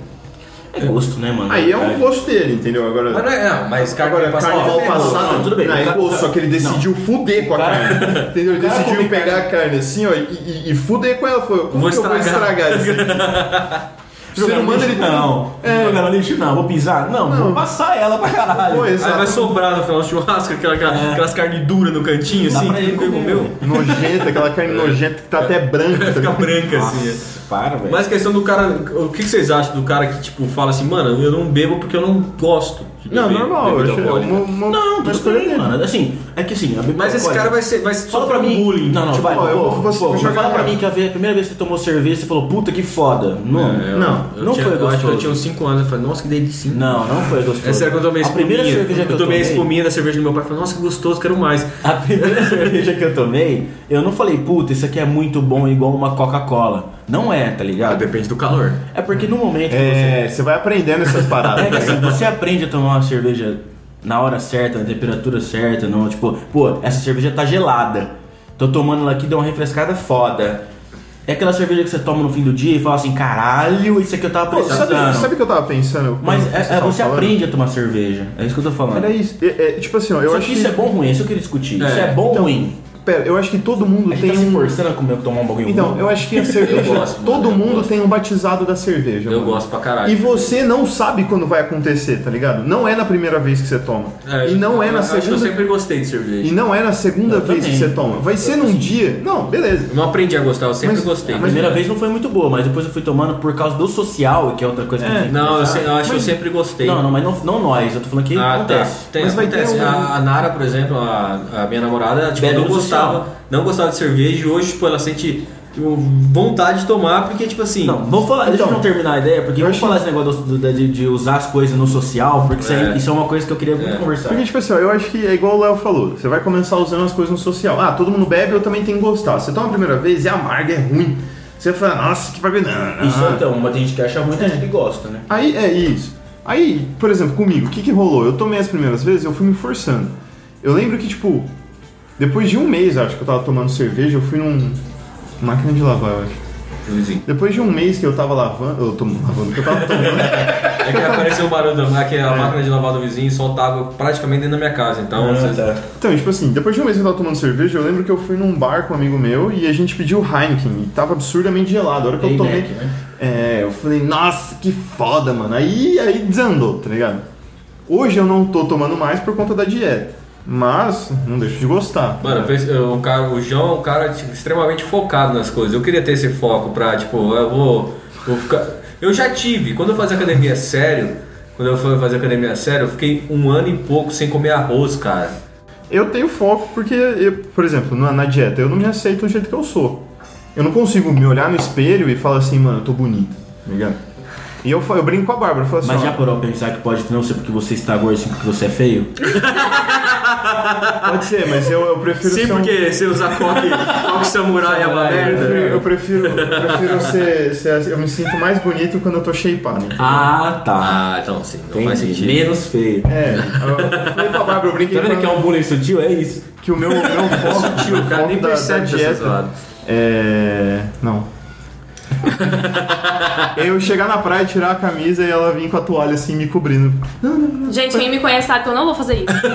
É gosto, né, mano?
Aí é um
gosto.
gosto dele, entendeu? Agora.
Mas não é, não, mas carne
Agora,
bem passada.
carne mal
é gosto.
passada,
não, tudo bem.
Não, é
O cara-
gosto, só que ele decidiu fuder com a
cara-
carne. Entendeu? Ele
o cara
decidiu
come
pegar a carne assim, ó, e, e- e fuder com ela. Foi, como
Vou
que eu vou
estragar.
estragar assim?" isso aqui? O ser
Jogar no
humano,
lixo,
ele.
não.
É.
Jogar no lixo, não. Vou pisar? Não, vou passar ela pra caralho.
Pô,
Aí vai
exato.
sobrar no final do churrasco aquela, aquela- aquelas carnes duras no cantinho,
É. Dá
assim,
pra ele
que nunca
comer,
comeu.
Nojenta, aquela carne nojenta que tá até branca. tá
Fica
ligado?
branca, assim.
Nossa, para, velho.
Mas a questão do cara. O que que vocês acham do cara que, tipo, fala assim, mano, eu não bebo porque eu não gosto de beber.
Não, normal, eu
bebida
acho. é um
alcoólica."
uma- uma-
Não,
uma
tudo
escolha
bem,
dele.
mano. Assim, é que assim... a bebida
Mas esse
alcoólica-
cara vai ser. Vai
Fala
sofrer
pra mim.
bullying.
Não, não,
Tipo,
vai.
ó, eu
pô,
vou- você
pô,
vai
mas
jogar
fala pra
na-
mim que a ve- a primeira vez que você tomou cerveja, você falou, puta que foda. Não,
É, eu-
Não,
eu
não
tinha-
foi
Eu acho que eu
gostoso.
tinha uns 5 anos, eu falei, nossa, que delícia.
Não, não foi gostoso.
Essa era quando eu tomei a
a primeira
espuminha.
cerveja que eu,
tomei a
tomei
espuminha da cerveja do meu pai. Falei, nossa, que gostoso, quero mais.
A primeira cerveja que eu tomei, eu não falei, puta, isso aqui é muito bom, igual uma Coca-Cola. Não é, tá
Ah,
ligado?
depende do calor.
É porque no momento que
É, você vai aprendendo essas
você.
paradas.
É que
tá
assim,
ligado?
você aprende a tomar uma cerveja na hora certa, na temperatura certa, não, tipo, pô, essa cerveja tá gelada. Tô tomando ela aqui, dá uma refrescada foda. É aquela cerveja que você toma no fim do dia e fala assim, caralho, isso aqui eu tava
Pô,
precisando.
sabe, sabe o que eu tava pensando? quando
Mas
vocês
é- é,
estavam
você
falando?
aprende a tomar cerveja. É isso que eu tô falando.
Era isso. É, é, tipo assim, ó, eu
Só
acho
que isso é bom ou ruim, é isso que eu queria discutir. Isso é bom ou ruim?
Pera, eu acho que todo mundo
A gente
tem
tá se
um.
forçando a comer, tomar um bagulho
Então,
ruim.
eu acho que a cerveja.
gosto, mano,
todo
eu
mundo
gosto.
tem um batizado da cerveja.
Eu
mano.
gosto pra caralho.
E você não sabe quando vai acontecer, tá ligado? Não é na primeira vez que você toma.
É,
e não é na
eu acho que
segunda.
Eu sempre gostei de
E
cerveja.
não é na segunda
Eu
vez que
também.
você toma. Vai ser num dia. Não, beleza.
Eu não aprendi a gostar, eu sempre
Mas-
gostei.
A primeira vez não foi muito boa, mas depois eu fui tomando por causa do social, que é outra coisa que eu
Não, eu, se- eu acho que eu sempre gostei.
Não, não, mas não, não nós, eu tô falando que
Ah, tá.
acontece.
Tem,
Mas vai
acontece.
ter um-
a, a Nara, por exemplo, a, a minha namorada, tipo,
Bebe
não
no
gostava,
social.
não gostava de cerveja e hoje, tipo, ela sente tipo, vontade de tomar, porque tipo assim.
Não, vamos falar, deixa eu
Então,
não terminar a ideia, porque
eu
vamos
acho-
falar esse negócio do- do- de, de usar as coisas no social, porque isso, aí-
É.
isso é uma coisa que eu queria muito conversar.
Porque, tipo assim, ó, eu acho que é igual o Léo falou. Você vai começar usando as coisas no social. Ah, todo mundo bebe, eu também tenho que gostar. Você toma a primeira vez, é amarga, é ruim. Você fala, nossa, que bagulho. não,
Isso
não.
então, mas tem gente que acha ruim, tem gente que gosta, né?
Aí é isso. Aí, por exemplo, comigo, o que, que rolou? Eu tomei as primeiras vezes, eu fui me forçando. Eu lembro que, tipo, depois de um mês, acho que eu tava tomando cerveja, eu fui num. máquina de lavar, eu acho.
Luizinho.
Depois de um mês que eu tava lavando. Eu tô lavando, que eu tava tomando.
É que apareceu o barulho da máquina, a máquina de lavar do vizinho soltava praticamente dentro da minha casa.
Ah,
Então, vocês-
tá.
então, tipo assim, depois de um mês que eu tava tomando cerveja, eu lembro que eu fui num bar com um amigo meu e a gente pediu Heineken e tava absurdamente gelado. A hora que eu
Bem
tomei.
Mac, né?
É, eu falei, nossa, que foda, mano. Aí, aí desandou, tá ligado? Hoje eu não tô tomando mais por conta da dieta. Mas não deixo de gostar.
Mano, eu penso- eu- o, cara, o João é um cara tipo, extremamente focado nas coisas. Eu queria ter esse foco pra, tipo, eu vou, vou ficar. Eu já tive, quando eu fazia academia sério, quando eu fui fazer academia sério, eu fiquei um ano e pouco sem comer arroz, cara.
Eu tenho foco porque, eu- por exemplo, na, na dieta, eu não me aceito do jeito que eu sou. Eu não consigo me olhar no espelho e falar assim, mano, eu tô bonito, tá ligado? E eu, fa- eu brinco com a Bárbara, eu falo assim,
Mas
ó,
já parou pra pensar que pode não ser porque você está gordo, sim porque você é feio?
pode ser, mas eu, eu prefiro ser um-
se usar coque, coque samurai é uma
Ah, Eu prefiro, eu prefiro, eu prefiro ser, ser assim, Eu me sinto mais bonito quando eu tô shapeado. entendeu?
Ah, tá.
Ah, então sim, não faz
Entendi.
sentido.
Menos feio.
É, eu falei pra Bárbara, eu brinquei
Tá
com
vendo que é
ela.
um bullying sutil? É isso.
que o meu, o meu foco,
um Sutil, o cara
foco
nem
da,
percebe
da
essas
dieta
zoadas.
é... Não. eu chegar na praia, tirar a camisa e ela vir com a toalha assim, me cobrindo.
Gente, quem me conhece sabe que eu não vou fazer isso.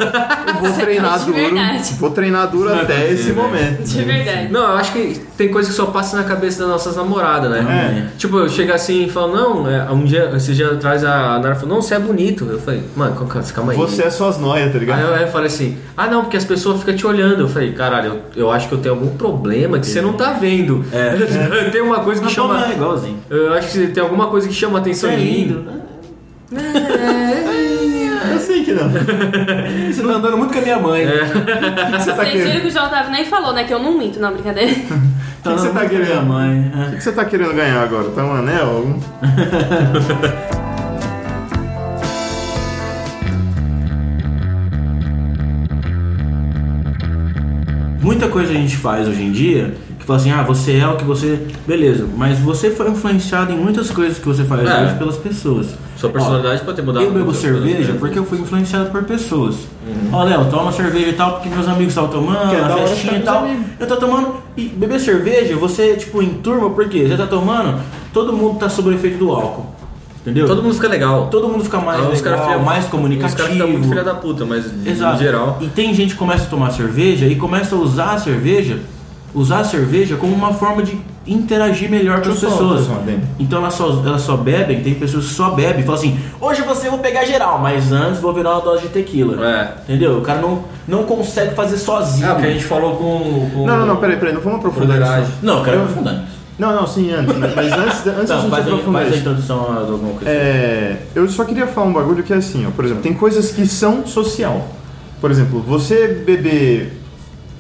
Eu vou treinar
é De
duro,
verdade.
vou treinar duro
vai
até
acontecer,
esse
né?
momento.
De verdade.
Não, eu acho que tem coisa que só passa na cabeça das nossas namoradas, né? Tipo, eu chego assim e falo, não, é, um dia, esses dias atrás a Nara falou, não, você é bonito. Eu falei, mano, calma, calma aí.
Você é suas noias, tá ligado?
Aí eu, aí eu falei assim, ah não, porque as pessoas ficam te olhando. Eu falei, caralho, eu, eu acho que eu tenho algum problema que você não tá vendo. É. tem uma coisa que
Mas
chama.
toma, é igualzinho.
Eu acho que tem alguma coisa que chama atenção
é
em mim.
lindo. É.
Eu sei que não. O
Você tá andando muito com a minha mãe.
que que você tá
Vocês viram
querendo?
que o João Otávio nem falou, né? Que eu não minto, não, brincadeira.
que que você tá
andando muito com a
querendo?
minha mãe. né?
O que que você tá querendo ganhar agora? Tá um anel? Algum?
É. Muita coisa a gente faz hoje em dia que fala assim, ah, você é o que você. Beleza, mas você foi influenciado em muitas coisas que você faz
É.
hoje pelas pessoas.
Sua personalidade pode ter mudado
Eu bebo
muito,
cerveja
né? Uhum.
porque eu fui influenciado por pessoas. Ó, Léo, toma cerveja e tal, porque meus amigos estavam tomando,
Que é da
na
hora
festinha
ficar
e
com
tal.
os amigos.
Eu tô tomando. E beber cerveja, você, tipo, em turma, porque você tá tomando, todo mundo tá sob o efeito do álcool. Entendeu?
Todo mundo fica legal.
Todo mundo fica mais
Ah, os caras
legal,
ficam-
mais
Os caras ficam muito
comunicativo.
filha da puta, mas em
Exato.
geral.
E tem gente que começa a tomar cerveja e começa a usar a cerveja, usar a cerveja como uma forma de interagir melhor com as
Deixa eu só
pessoas.
fazer um adendo.
Então elas só, elas só bebem, tem pessoas que só bebem e falam assim, hoje você vou pegar geral, mas antes vou virar uma dose de tequila.
É.
Entendeu? O cara não, não consegue fazer sozinho.
Ah, porque a gente falou com. com
Não, não, não, peraí, peraí, não vamos aprofundar
Broderagem.
isso.
Não, eu quero aprofundar nisso.
Não, não, sim, antes. né? Mas antes, antes a
Não,
gente
Tá, faz, a-
aprofundar
faz então. a
isso.
introdução a alguma coisa.
É, eu só queria falar um bagulho que é assim, ó, por exemplo, tem coisas que são social. Por exemplo, você beber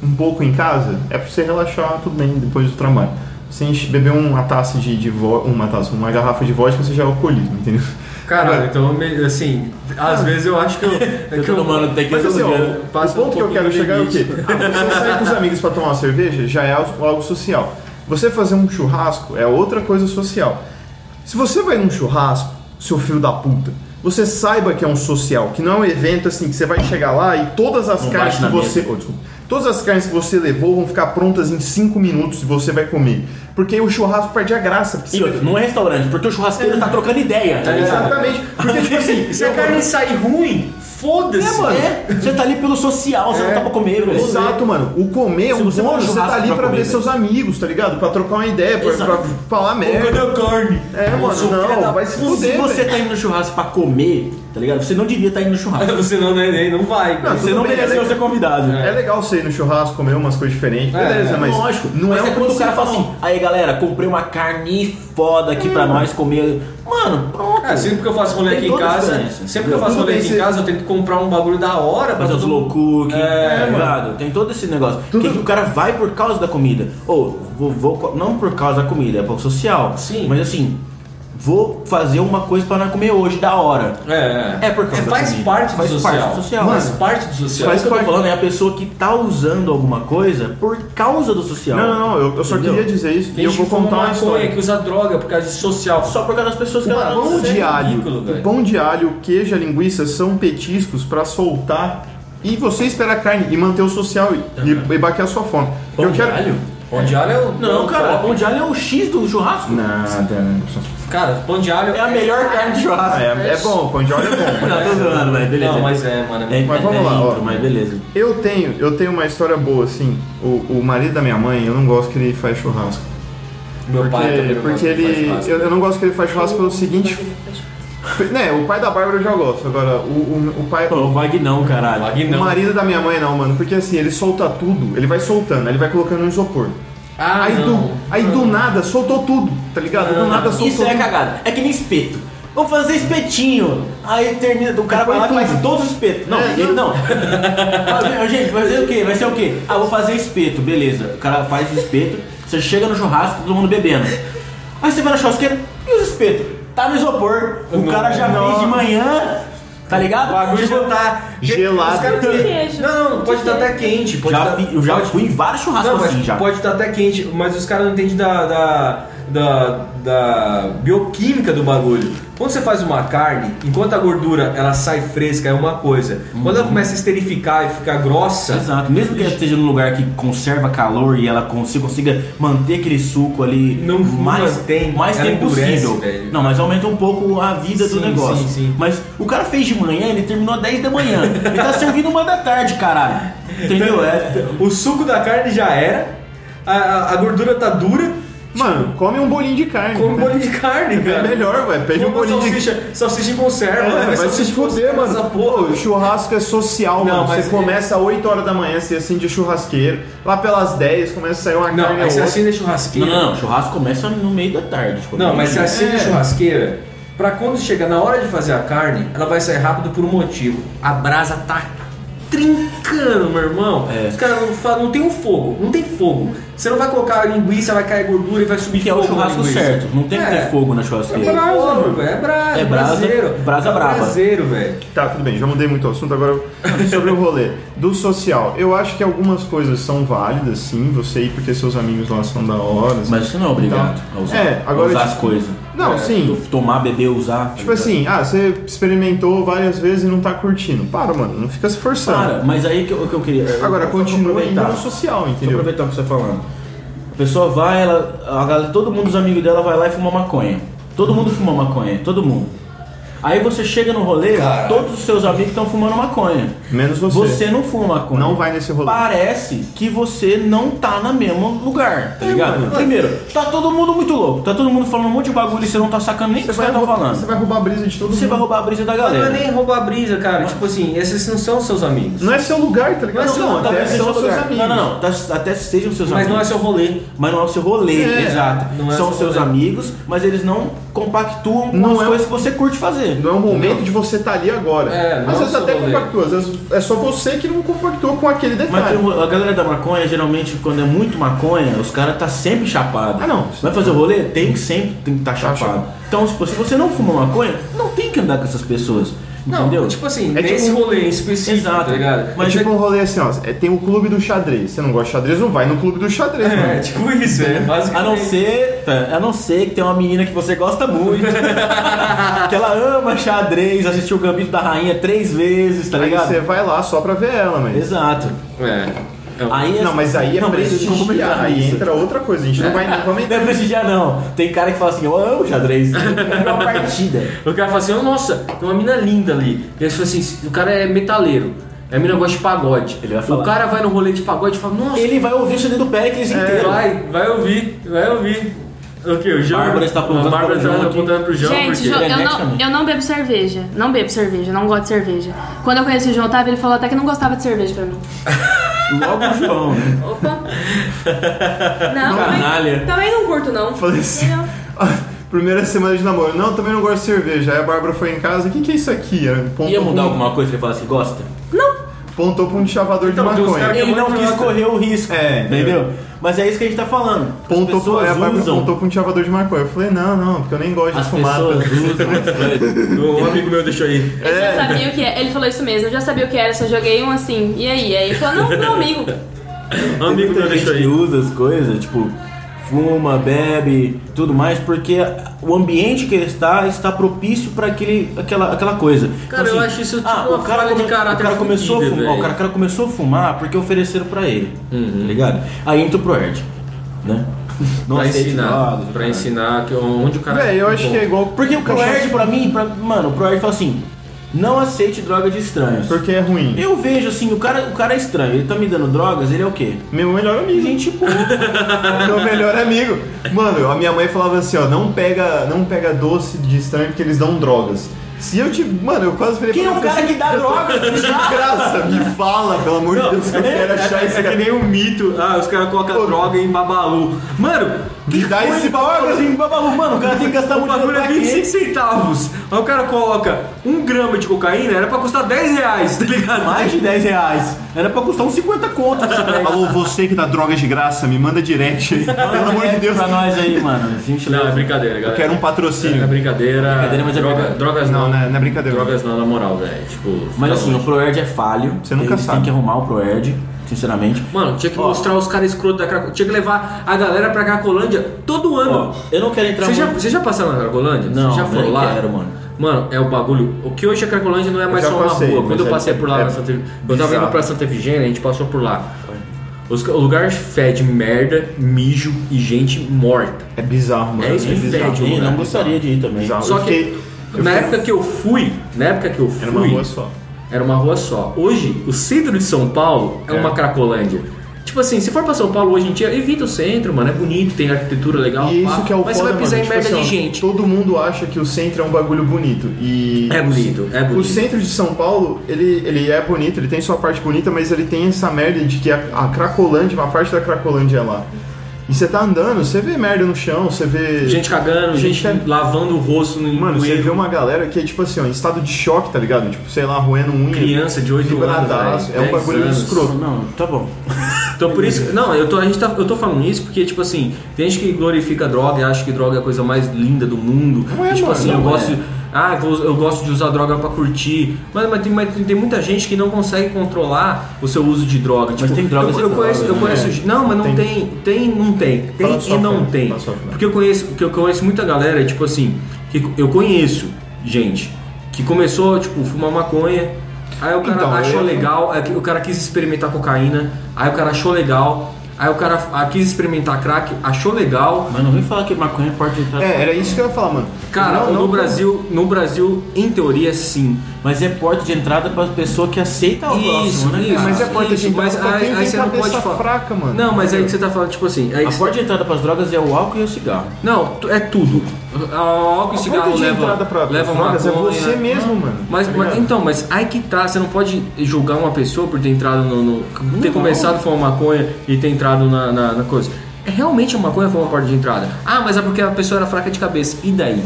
um pouco em casa é pra você relaxar tudo bem depois do trabalho. Você enche- beber uma taça de, de vo- uma taça, uma garrafa de vodka, você já é alcoolismo, entendeu?
Caralho, então me- assim, às vezes eu acho que eu. é
Ah. Eu
que
tô tomando tequila
Mas
todo
assim, ó,
dia.
o
passa um
ponto que eu
pouquinho
quero
do
chegar é o quê?
limite.
Ah, você sair com os amigos pra tomar uma cerveja já é algo algo social. Você fazer um churrasco é outra coisa social. Se você vai num churrasco, seu filho da puta, você saiba que é um social, que não é um evento assim que você vai chegar lá e todas as
Não
carnes
bate
que
na
você.
mesa.
oh, desculpa. Todas as carnes que você levou vão ficar prontas em 5 minutos e você vai comer. Porque aí o churrasco perde a graça. porque
E
você- É.
outra, não é restaurante, porque o churrasqueiro tá trocando ideia. tá ligado?
Exatamente. Porque, tipo assim,
Se a carne sair ruim, Foda-se.
É, mano. Você tá ali pelo social, você não tá pra comer, velho.
É. Exato, mano. O comer,
Se
o
você for
bom,
no
você tá
churrasco
ali
pra
pra,
comer, né?
ver seus amigos, tá ligado? Pra trocar uma ideia, pra,
Exato.
pra falar merda.
a carne?
É, mano, não, vai se
Se
fuder,
você
velho.
tá indo no churrasco pra comer, tá ligado? Você não devia estar indo no churrasco.
Você não, né, não vai.
Não,
você
Você não
bem, é
mereceu
legal.
ser convidado.
É legal você ir no churrasco, comer umas coisas diferentes,
É,
beleza,
é.
mas
Lógico,
não é,
mas
um
é quando o cara fala
conceito,
assim, aí galera, comprei uma carne foda
É,
aqui pra nós comer. Mano, pronto.
É,
assim,
sempre que eu faço rolê
Tem
aqui em
toda a
casa,
diferença.
sempre que eu faço
Tudo
rolê
bem,
aqui em
você-
casa, eu tento comprar um bagulho da hora pra
Fazer os
todo
low
mundo.
cook,
É,
tá ligado? Tem todo esse negócio.
Tudo-
Que o cara vai por causa da comida. Ou, vou, vou co- não por causa da comida, é por social.
Sim.
Mas assim, vou fazer uma coisa pra nós comer hoje, da hora.
É,
É por causa da
faz
comida.
parte do
Faz parte
social.
do social.
Faz
Mano,
parte do social.
Mas o que eu tô falando é a pessoa que tá usando alguma coisa por causa do social.
Não, não, não, eu, eu só
Entendeu?
queria dizer isso
Tem
e eu
gente
vou
que fuma
contar uma
maconha,
história.
que usa droga por causa de social.
Só por causa das pessoas que
O
ela
pão
isso é
de alho,
ridículo, velho.
o pão de alho, o queijo, e a linguiça são petiscos pra soltar e você espera a carne e manter o social e, e baquear a sua fome.
Pão
eu
de
quero
alho?
Pão de alho é o.
Não, cara,
Pão
pão de alho é o X do churrasco.
nada.
de... cara, pão de alho
É a melhor carne de
Ah,
churrasco.
é, é bom, pão de alho é bom.
Não, tô zoando, velho, beleza.
Não, mas é, mano.
É,
Mas
é-
vamos
é
lá,
intro,
ó.
mas beleza.
Eu tenho, eu tenho uma história boa, assim. O, o marido da minha mãe, eu não gosto que ele faz churrasco.
Meu pai
Porque,
também não
porque
gosta de
ele.
faz
Eu,
churrasco.
eu não gosto que ele faz churrasco pelo seguinte. Né, o pai da Bárbara eu já gosto. Agora, o, o, o pai.
Pô, o Vag não, caralho.
Wagner
O
não.
marido da minha mãe não, mano. Porque assim, ele solta tudo, ele vai soltando, aí ele vai colocando no isopor.
Ah,
aí
não. Ah,
do, aí do nada soltou tudo, tá ligado?
Não.
do nada soltou
Isso é
um
tudo.
cagada. É que nem espeto. Vamos fazer espetinho. Aí termina, o cara vai lá e faz todos os espetos. Não,
É,
ele não. Ah, Gente, vai fazer o quê? Vai ser o quê? Ah, vou fazer espeto, beleza. O cara faz o espeto, você chega no churrasco, todo mundo bebendo. Aí você vai na churrasqueira e os espetos? Tá no isopor. O
Não,
cara já
não.
fez de manhã, tá ligado?
O bagulho já
Tipo,
tá
Gelado.
Os caras-
De queijo.
Não, não, pode estar até quente. Pode
já
tá-
vi- eu já
pode-
fui em vários churrascos
Não, mas
assim já.
pode estar até quente, mas os caras não entendem da, da, da, da bioquímica do bagulho. Quando você faz uma carne, enquanto a gordura ela sai fresca, é uma coisa. Quando
Uhum.
ela começa a esterificar e ficar grossa,
Exato, mesmo que ela esteja num lugar que conserva calor e ela consiga, consiga manter aquele suco ali
Não
mais,
mantém,
mais
ela
tempo
endurece,
possível.
velho.
Não, mas aumenta um pouco a vida
Sim,
do negócio.
sim, sim.
Mas o cara fez de manhã, ele terminou às 10 da manhã. Ele tá servindo uma da tarde, caralho. Entendeu?
Então,
É,
o suco da carne já era, a, a- a gordura tá dura,
Mano, come um bolinho de carne.
come um
né?
bolinho de carne,
É
cara.
melhor, velho. Pede um
Come uma
bolinho de
salsicha, salsicha em conserva,
É,
né?
vai se
Salsicha em
fuder,
conserva,
mano.
essa
Pô,
porra.
churrasco é social,
Não,
mano. Você
mas-
começa às 8 horas da manhã, você acende churrasqueiro. Lá pelas 10 começa a sair uma
Não, é assim,
carne é
aí
ou
você
outra.
acende a
não, assim-
churrasqueira.
não, não, churrasco começa no meio da tarde. tipo, né?
Não, mas assim, se acende
É.
a churrasqueira, pra quando chegar na hora de fazer a carne, ela vai sair rápido por um motivo. A brasa tá trincando, meu irmão.
É.
Os caras não falam, não tem um fogo, não tem fogo. Você não vai colocar a linguiça, vai cair gordura e vai subir
que é
fogo
o
na
churrasco
linguiça.
certo, não tem que ter fogo na churrasqueira.
É brasa, mano. É brasa,
É brasa,
braseiro.
brasa
é
braba.
braseiro, velho.
Tá, tudo bem, já mudei muito o assunto. Agora, sobre o rolê do social. Eu acho que algumas coisas são válidas, sim. Você ir porque seus amigos lá são da hora. assim.
Mas você não é obrigado
Então,
a usar,
É, agora,
a usar
tipo,
as coisas.
Não,
É,
sim.
Tomar, beber, usar. tá
Tipo
ligado?
assim, ah, você experimentou várias vezes e não tá curtindo. Para, mano, não fica se forçando.
Para, mas aí que eu, que eu queria.
Então. Agora,
eu vou
continua indo
aproveitar.
no social,
Deixa eu
entendeu?
aproveitar o que você tá falando. A pessoa vai, ela, a galera- todo mundo, os amigos dela, vai lá e fuma maconha. Todo mundo fuma maconha, todo mundo. Aí você chega no rolê, todos os seus amigos estão fumando maconha.
Menos você.
Você não fuma maconha.
Não vai nesse rolê.
Parece que você não tá no mesmo lugar, tá ligado?
É, mano.
Primeiro, tá todo mundo muito louco, tá todo mundo falando um monte de bagulho e você não tá sacando nem o que os caras estão
roubar, você
falando.
vai roubar a brisa de todo
Você vai
mundo.
roubar a brisa da
Não é
galera.
nem roubar a brisa, cara. Tipo assim, esses não são seus amigos.
Não é seu lugar, tá ligado?
Mas
Não, até
talvez seja
são
o é seu
seus
lugar.
amigos.
Não, não, não. tá- Até sejam seus
Mas
amigos.
não é seu rolê.
Mas não é o seu rolê,
É,
exato.
não é
São
seu
seus
rolê.
amigos, mas eles não compactuam com
Não
as
é-
coisas que você curte fazer.
Não é o momento de você estar ali agora.
É, não
às vezes
só
até
rolê.
compactua, às vezes é só você que não compactua com aquele
Mas
detalhe.
tem um- a galera da maconha, geralmente, quando é muito maconha, os caras tá sempre chapado.
Ah, não.
Vai fazer o rolê? Tem que sempre tem que tá chapado.
chapado.
Então, tipo, se você não fuma maconha, não tem que andar com essas pessoas.
Não,
Entendeu? um
tipo assim,
É
nesse
tipo-
rolê em específico,
Exato.
tá ligado?
É
mas
tipo um rolê assim, ó. é- tem o clube do xadrez. Você não gosta de xadrez, não vai no clube do xadrez,
É,
mano.
tipo isso, é
A
basicamente.
não ser, é, a não ser que tem uma menina que você gosta muito, que ela ama xadrez, assistiu o Gambito da Rainha três vezes, tá
Aí
ligado?
você vai lá só pra ver ela, mas.
Exato.
É. É,
Aí
Não, mas aí é
não, mas vocês vão
prestigiar,
comentar
aí
tá nisso.
entra outra coisa, a gente não vai não vamos
Não
entrar.
é prestigiar, não. Tem cara que fala assim, eu amo xadrez. Eu quero jogar uma partida.
O cara fala assim, oh, nossa, tem uma mina linda ali. E aí você fala assim, o cara é metaleiro. Aí a mina gosta de pagode.
Ele vai falar.
O cara vai no rolê de pagode e fala, nossa,
Ele vai ouvir o CD do Pericles
é,
inteiro.
vai, vai ouvir, vai ouvir. O que? O João?
Bárbara está apontando
A Bárbara
para o João
está
aqui.
apontando pro João.
Gente,
porque...
João, eu, não,
Geneticamente.
eu não bebo cerveja. Não bebo cerveja, não gosto de cerveja. Quando eu conheci o João Otávio, ele falou até que não gostava de cerveja pra mim.
Logo o João.
Opa! Não,
Canalha.
também, também não curto, não.
Falei assim.
Não.
Primeira semana de namoro. Não, também não gosto de cerveja. Aí a Bárbara foi em casa. O que, que é isso aqui? Era- Pontou,
Ia mudar
pra um-
alguma coisa que ele falasse que gosta?
pontou pra um chavador
Então,
de
tem uns
maconha.
caras
Ele
muito
não quis
idiota.
correr o risco.
É,
entendeu? Mas é isso que a gente tá falando.
Pontou pra, aí a
As pessoas
Bárbara
usam.
apontou pra um chavador de maconha. Eu falei, não, não, porque eu nem gosto de
As
fumar.
pessoas usam as coisas.
Um amigo meu deixou aí.
Eu já sabia o que é. Ele falou isso mesmo, eu já sabia o que era, só joguei um assim. E aí? Aí ele falou, não, meu amigo.
Um
Tem
amigo meu
muita gente
deixou
que
aí.
usa as coisas, tipo, fuma, bebe, tudo mais, porque o ambiente que ele está está propício para aquele, aquela, aquela coisa. Então,
Cara, eu acho isso, tipo,
ah,
uma
o cara
falha de
come-
caráter
O cara começou a
fudida,
fumar,
velho. Uhum.
o cara, o cara começou a fumar porque ofereceram para ele, tá ligado? Aí entra o Proerd, né? Não
Pra
aceite
ensinar,
drogas,
pra
cara.
ensinar que- onde o cara...
Véi, eu acho
Ah, Bom.
que é igual.
Porque o Proerd, pra mim, pra, mano, o Proerd fala assim, não aceite droga de estranhos.
Porque é ruim.
Eu vejo assim, o cara, o cara é estranho, ele tá me dando drogas, ele é o quê?
Meu melhor amigo.
Gente tipo, boa.
Meu melhor amigo. Mano, a minha mãe falava assim, ó, não pega, não pega doce de estranho porque eles dão drogas. Se eu te. Mano, eu quase virei
Quem é o
ela e falei
cara que dá drogas?
assim, De graça, me fala, pelo amor de Deus, que eu quero achar esse
É que
cara.
nem um mito. Ah, os caras colocam
Ô.
droga em babalu. Mano,
Me dá esse
drogas em babalu, assim, mano, o cara tem que gastar
o
muito
bagulho é
pra quê?
25 centavos. Aí o cara coloca um grama de cocaína, era pra custar 10 reais, tá ligado?
Mais de 10 reais. Era pra custar uns 50 conto. esse treco.
Alô, você que dá drogas de graça, me manda direct aí. Pelo amor de Deus.
É, Pra nós aí, mano. Gente,
Não, é brincadeira, galera.
Eu quero um patrocínio.
É brincadeira.
Brincadeira, mas é
Droga-
brincadeira.
Drogas
Não,
não.
não é- não é brincadeira.
Drogas não, na moral, velho. Tipo...
Mas
tá
assim, o
longe.
Proerd é falho.
Você nunca
Eles
sabe.
têm que arrumar o Proerd, sinceramente.
Mano, tinha que
Ó.
mostrar os caras escroto da Cracolândia. Tinha que levar a galera pra Cracolândia todo
Ó,
ano.
eu não quero entrar
Vocês já,
muito-
você já passaram na Cracolândia?
Não,
Você já
nem
foram lá?
quero, mano.
Mano, é o bagulho. O que hoje é Cracolândia não é mais
já
só uma
passei,
rua.
mas
Quando eu
é-
passei por lá
é
na Santa Eu tava indo
bizarro.
pra Santa Efigênia, a gente passou por lá. Os- o lugar fede merda, mijo e gente morta.
É bizarro, mano.
É isso que
bizarro.
fede,
Ih,
mano.
não gostaria de ir também.
Bizarro.
Só
Ah, Eu
que
fiquei- eu
na
fiquei-
época que eu fui, na época que eu fui,
Era uma rua só.
era uma rua só. Hoje, o centro de São Paulo é,
É.
uma cracolândia. Tipo assim, se for pra São Paulo hoje em dia, evita o centro, mano. É bonito, tem arquitetura legal.
E
pá,
isso que é o
Mas
foda,
você vai pisar
mano.
em
Tipo
merda
assim, ó,
de gente.
Todo mundo acha que o centro é um bagulho bonito. E
É bonito, é bonito.
O centro de São Paulo, ele, ele é bonito, ele tem sua parte bonita, mas ele tem essa merda de que a, a Cracolândia, uma parte da Cracolândia é lá. E você tá andando, você vê merda no chão, você vê.
Gente cagando, gente,
Gente tá-
lavando o rosto no
Mano, você
poeiro.
vê uma galera que é tipo assim, ó, em estado de choque, tá ligado? Tipo, sei lá, roendo unha.
Criança de oito anos,
vibradaço.
velho,
É um bagulho
10 anos.
escroto.
Não, tá bom.
Então por isso, não, eu tô, a gente tá, eu tô falando isso porque, tipo assim, tem gente que glorifica a droga e acha que droga é a coisa mais linda do mundo.
Não é,
E, tipo
mano,
assim, eu
não
gosto, ah, vou- eu gosto de usar droga pra curtir. Mas, mas tem, mas tem muita gente que não consegue controlar o seu uso de droga. Tipo,
tem drogas
eu, eu
e
conheço, eu
drogas,
conheço, não, mas não tem,
né? Tem.
tem, não tem, tem
Fala só,
e não
Fernando,
tem.
fala só, Fernando.
Porque eu conheço, que eu conheço muita galera, tipo assim, que eu conheço gente que começou, tipo, fumar maconha, aí o cara
Então,
achou
eu-
legal, aí o cara quis experimentar cocaína, aí o cara achou legal, aí o cara ah, quis experimentar crack, achou legal.
Mas não vem falar que maconha é porta de entrada.
É, era isso que eu ia falar, mano.
Cara,
Não, não,
no
não.
Brasil, no Brasil, em teoria sim.
Mas é porta de entrada pra pessoa que
É
aceita o
Isso,
próximo, né,
isso,
cara?
Mas é porta
isso,
de entrada
mas
pra
aí,
quem
aí
tem
você não
cabeça
pode falar.
fraca, mano.
Não, mas aí que você tá falando, tipo assim, aí
A
você-
porta de entrada pras drogas é o álcool e o cigarro.
Não, tu- é tudo. A- Álcool e
A porta
cigarro
de
leva,
entrada pra, pra
leva
drogas é
maconha.
você mesmo, mano.
Mas,
tá
mas-
ligado?
então, mas aí que tá, você não pode julgar uma pessoa por ter entrado no. no- ter começado a fumar maconha e ter entrado na, na- na coisa. É, Realmente a maconha foi uma porta de entrada. Ah, mas é porque a pessoa era fraca de cabeça. E daí?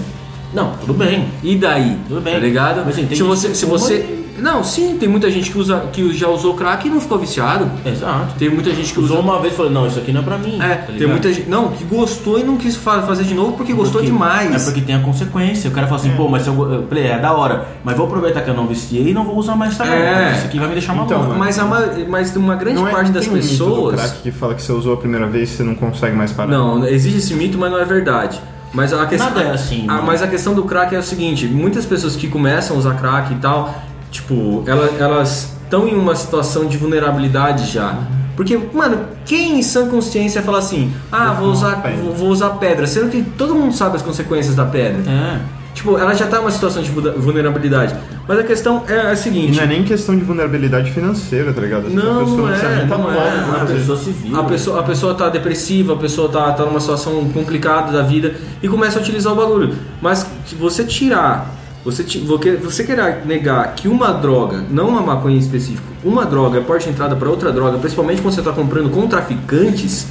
Não, tudo bem.
E daí?
Tudo bem.
Tá ligado?
Mas, assim, tem
se
gente
você.
que
Se
fuma
você... Não, sim, tem muita gente que, usa, que já usou crack e não ficou viciado.
Exato.
Tem muita gente que
É. Usou
usou.
uma vez e falou, não, isso aqui não é pra mim.
É,
tá
tem
ligado?
muita gente. Não, que gostou e não quis fa- fazer de novo porque gostou
Porque-
demais.
É porque tem a consequência. O cara fala assim, pô, mas se eu, go- eu falei, é da hora, mas vou aproveitar que eu não viciei e não vou usar mais essa
É.
merda. Isso aqui vai me deixar maluco.
Então,
Mas, a ma- mas uma grande
Não é-
parte
não
das
tem um mito do
pessoas.
crack que fala que você usou a primeira vez e você não consegue mais parar.
Não, existe esse mito, mas não é verdade. Mas a questão,
Nada é assim,
Ah,
mano.
mas a questão do crack é o seguinte: muitas pessoas que começam a usar crack e tal, tipo, ela- elas estão em uma situação de vulnerabilidade já. Porque, mano, quem em sã consciência fala assim, ah, vou
Vou fumar
usar,
uma pedra.
vou, vou usar pedra, sendo que todo mundo sabe as consequências da pedra.
É.
Tipo, ela já tá numa situação de vulda- vulnerabilidade. Mas a questão é a
E
seguinte.
não é nem questão de vulnerabilidade financeira, tá ligado? Às vezes
Não,
a pessoa
não
precisa
é,
nem tá
não
no
é.
alto,
A
às
A
vezes.
pessoa se vira.
A pessoa, a pessoa tá depressiva, a pessoa tá, tá numa situação complicada da vida e começa a utilizar o bagulho. Mas se você tirar, você, ti- você, você querer negar que uma droga, não uma maconha em específico, uma droga é porta de entrada para outra droga, principalmente quando você tá comprando com traficantes,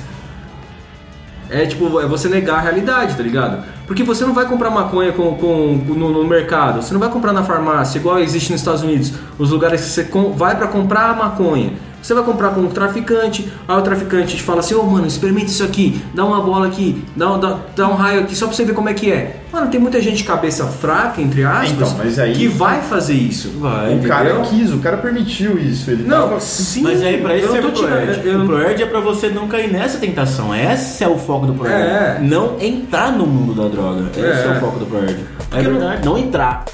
é tipo, é você negar a realidade, tá ligado? Porque você não vai comprar maconha com, com- com- no, no mercado, você não vai comprar na farmácia, igual existe nos Estados Unidos, os lugares que você com- vai pra comprar a maconha. Você vai comprar com um traficante, aí o traficante te fala assim, ô mano, experimenta isso aqui, dá uma bola aqui, dá, um- dá- dá um raio aqui, só pra você ver como é que é. Mano, tem muita gente de cabeça fraca, entre aspas,
Então, mas aí-
que vai fazer isso.
Vai.
O cara
Entendeu?
quis, o cara permitiu isso. Ele
Não,
tava-
sim.
Mas aí pra isso
eu
é
tô
o
tirando.
Proerd.
eu-
O Proerd é pra você não cair nessa tentação. Esse é o foco do Proerd.
É.
Não entrar no mundo da droga. Esse é,
É.
o foco do Proerd. É
Porque não-
verdade, não entrar.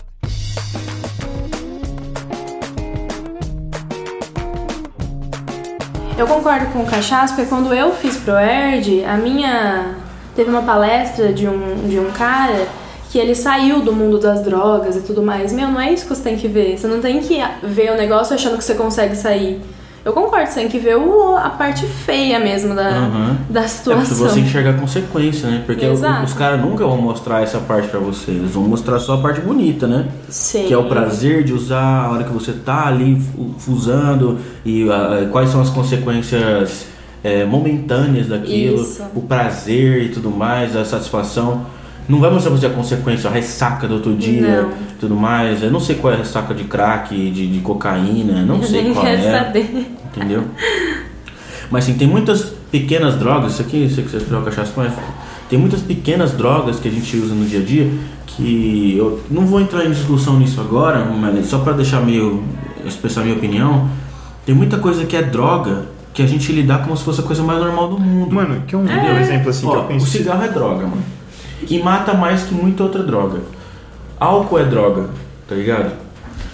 Eu concordo com o Cachaço, porque quando eu fiz ProErd, a minha. Teve uma palestra de um, de um cara que ele saiu do mundo das drogas e tudo mais. Meu, não é isso que você tem que ver. Você não tem que ver o negócio achando que você consegue sair. Eu concordo, você tem que ver o- a parte feia mesmo da,
Aham.
da
É porque
situação.
você enxerga a consequência, né? Porque
Exato.
os caras nunca vão mostrar essa parte pra você. Eles vão mostrar só a parte bonita, né?
Sim.
Que é o prazer de usar a hora que você tá ali fu- usando e ah, quais são as consequências eh, momentâneas daquilo,
Isso.
o prazer e tudo mais, a satisfação. Não vai mostrar pra você a é consequência, a ressaca do outro dia,
Não.
tudo mais. Eu não sei qual é a ressaca de crack, de, de cocaína, não
Eu
sei
nem
qual
quero
é.
saber.
Entendeu? Mas assim, tem muitas pequenas drogas, isso aqui, isso aqui vocês trocam cachaça com essa. Tem muitas pequenas drogas que a gente usa no dia a dia que eu não vou entrar em discussão nisso agora, mas só pra deixar meio expressar minha opinião, tem muita coisa que é droga que a gente lidar como se fosse a coisa mais normal do mundo.
Mano, que é um
Entendeu?
exemplo assim que
Ó,
eu penso.
O cigarro é droga, mano. E mata mais que muita outra droga. Álcool é droga, tá ligado?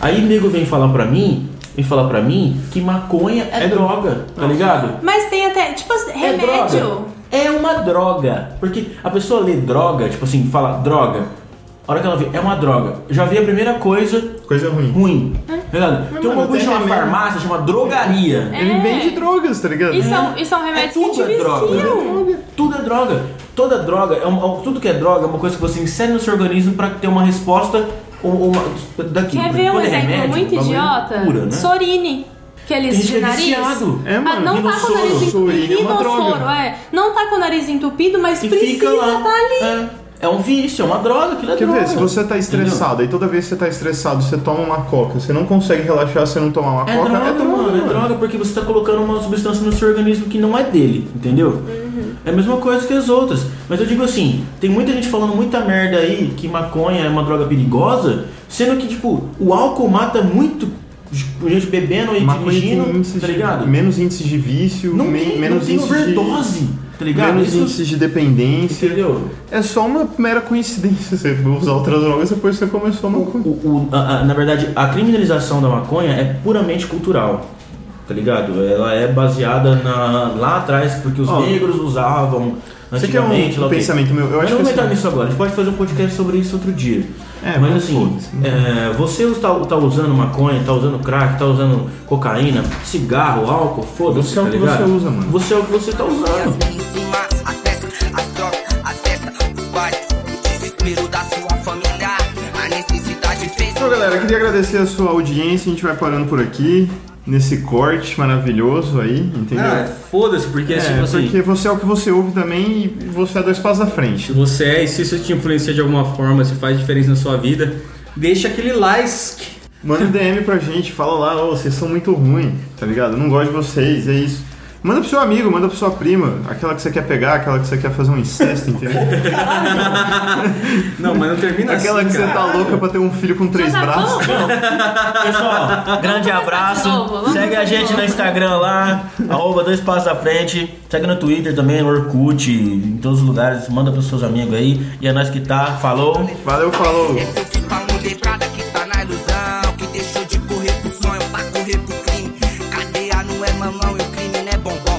Aí nego vem falar pra mim, vem falar pra mim que maconha é, droga, tá ligado?
Mas tem até, tipo, assim,
É
remédio.
droga. É uma droga. Porque a pessoa lê droga, tipo assim, fala droga. A hora que ela vê, é uma droga. Já vi a primeira coisa
Coisa ruim.
ruim. tá ligado?
Mas,
Tem um
Hum? mano,
bagulho que
tem
chama
remédio. É
farmácia, chama drogaria.
Ele vende drogas, tá ligado?
E são, e são
É
remédios um que te
tudo é
viciam.
droga. Tudo é droga. Toda droga, é uma- tudo que é droga é uma coisa que você insere no seu organismo pra ter uma resposta ou, ou uma, daqui.
Quer ver um
Quando é
exemplo
remédio,
muito
o bagulho
idiota?
Cura, né?
Sorine. Aqueles
Tem gente que
de
é
nariz.
viciado.
É,
mas
mano,
não tá com o nariz
rinossoro. Sorine
entupido.
é uma
Rinossoro,
droga.
é. Não tá com o nariz entupido, mas
E
precisa
fica lá.
tá ali.
É, é um vício, é uma droga, aquilo é
Quer
droga.
ver, se você tá estressado, e toda vez que você tá estressado, você toma uma coca, você não consegue relaxar se não tomar uma
É
coca,
droga,
é droga,
mano, é
mano.
droga porque você tá colocando uma substância no seu organismo que não é dele, entendeu?
Uhum.
É a mesma coisa que as outras. Mas eu digo assim, tem muita gente falando muita merda aí que maconha é uma droga perigosa, sendo que, tipo, o álcool mata muito gente bebendo e
Maconha tem
dirigindo,
índices
tá
de-
ligado?
menos índices de vício,
Não
men-
tem,
menos
não tem
índices de-
overdose, tá ligado?
menos
Isso-
índices de dependência.
Entendeu?
É só uma mera coincidência você usar outras drogas depois que você começou a maconha.
O- o- a- a- na verdade, a criminalização da maconha é puramente cultural. Tá ligado? Ela é baseada na- lá atrás, porque os
Ó,
negros usavam
Você quer
antigamente.
um
lá o quê.
pensamento meu? Eu
Mas
acho
não
que
vou entrar
assim-
nisso agora. A gente pode fazer um podcast sobre isso outro dia.
É,
Mas
mas
assim,
foda-se. né?
é, você está tá usando maconha, tá usando crack, tá usando cocaína, cigarro, álcool, foda-se.
Você é o
tá
que
ligado?
você usa, mano.
Você é o que você tá usando.
Em cima, as festas, as drogas, as festas, os bares, o desespero da sua família, a necessidade fez.
Então, galera, eu queria agradecer a sua audiência. A gente vai parando por aqui, nesse corte maravilhoso aí, entendeu?
Ah, foda-se, porque
É,
assim, assim,
porque você é o que você ouve também e você é dois passos à frente.
se você é e se isso te influencia de alguma forma, se faz diferença na sua vida, deixa aquele like.
Manda um DM pra gente, fala lá, ô, vocês são muito ruins, tá ligado? Eu não gosto de vocês, é isso. Manda pro seu amigo, manda pro sua prima, aquela que você quer pegar, aquela que você quer fazer um incesto, entendeu?
Não, mas não termina
aquela
assim,
que você
cara.
tá louca pra ter um filho com três
Já tá
braços.
bom?
Pessoal, grande abraço.
de novo, vamos
Segue
começar
a
de
gente
novo.
no Instagram lá, arroba dois passos à frente. Segue no Twitter também, no Orkut, em todos os lugares. Manda pros seus amigos aí. E é nós que tá. Falou.
Valeu, falou!
Esse é o que tá no lembrada que tá na ilusão, que deixou de correr pro sonho pra correr pro crime. Cadeia não é mamão e o crime não é bombom.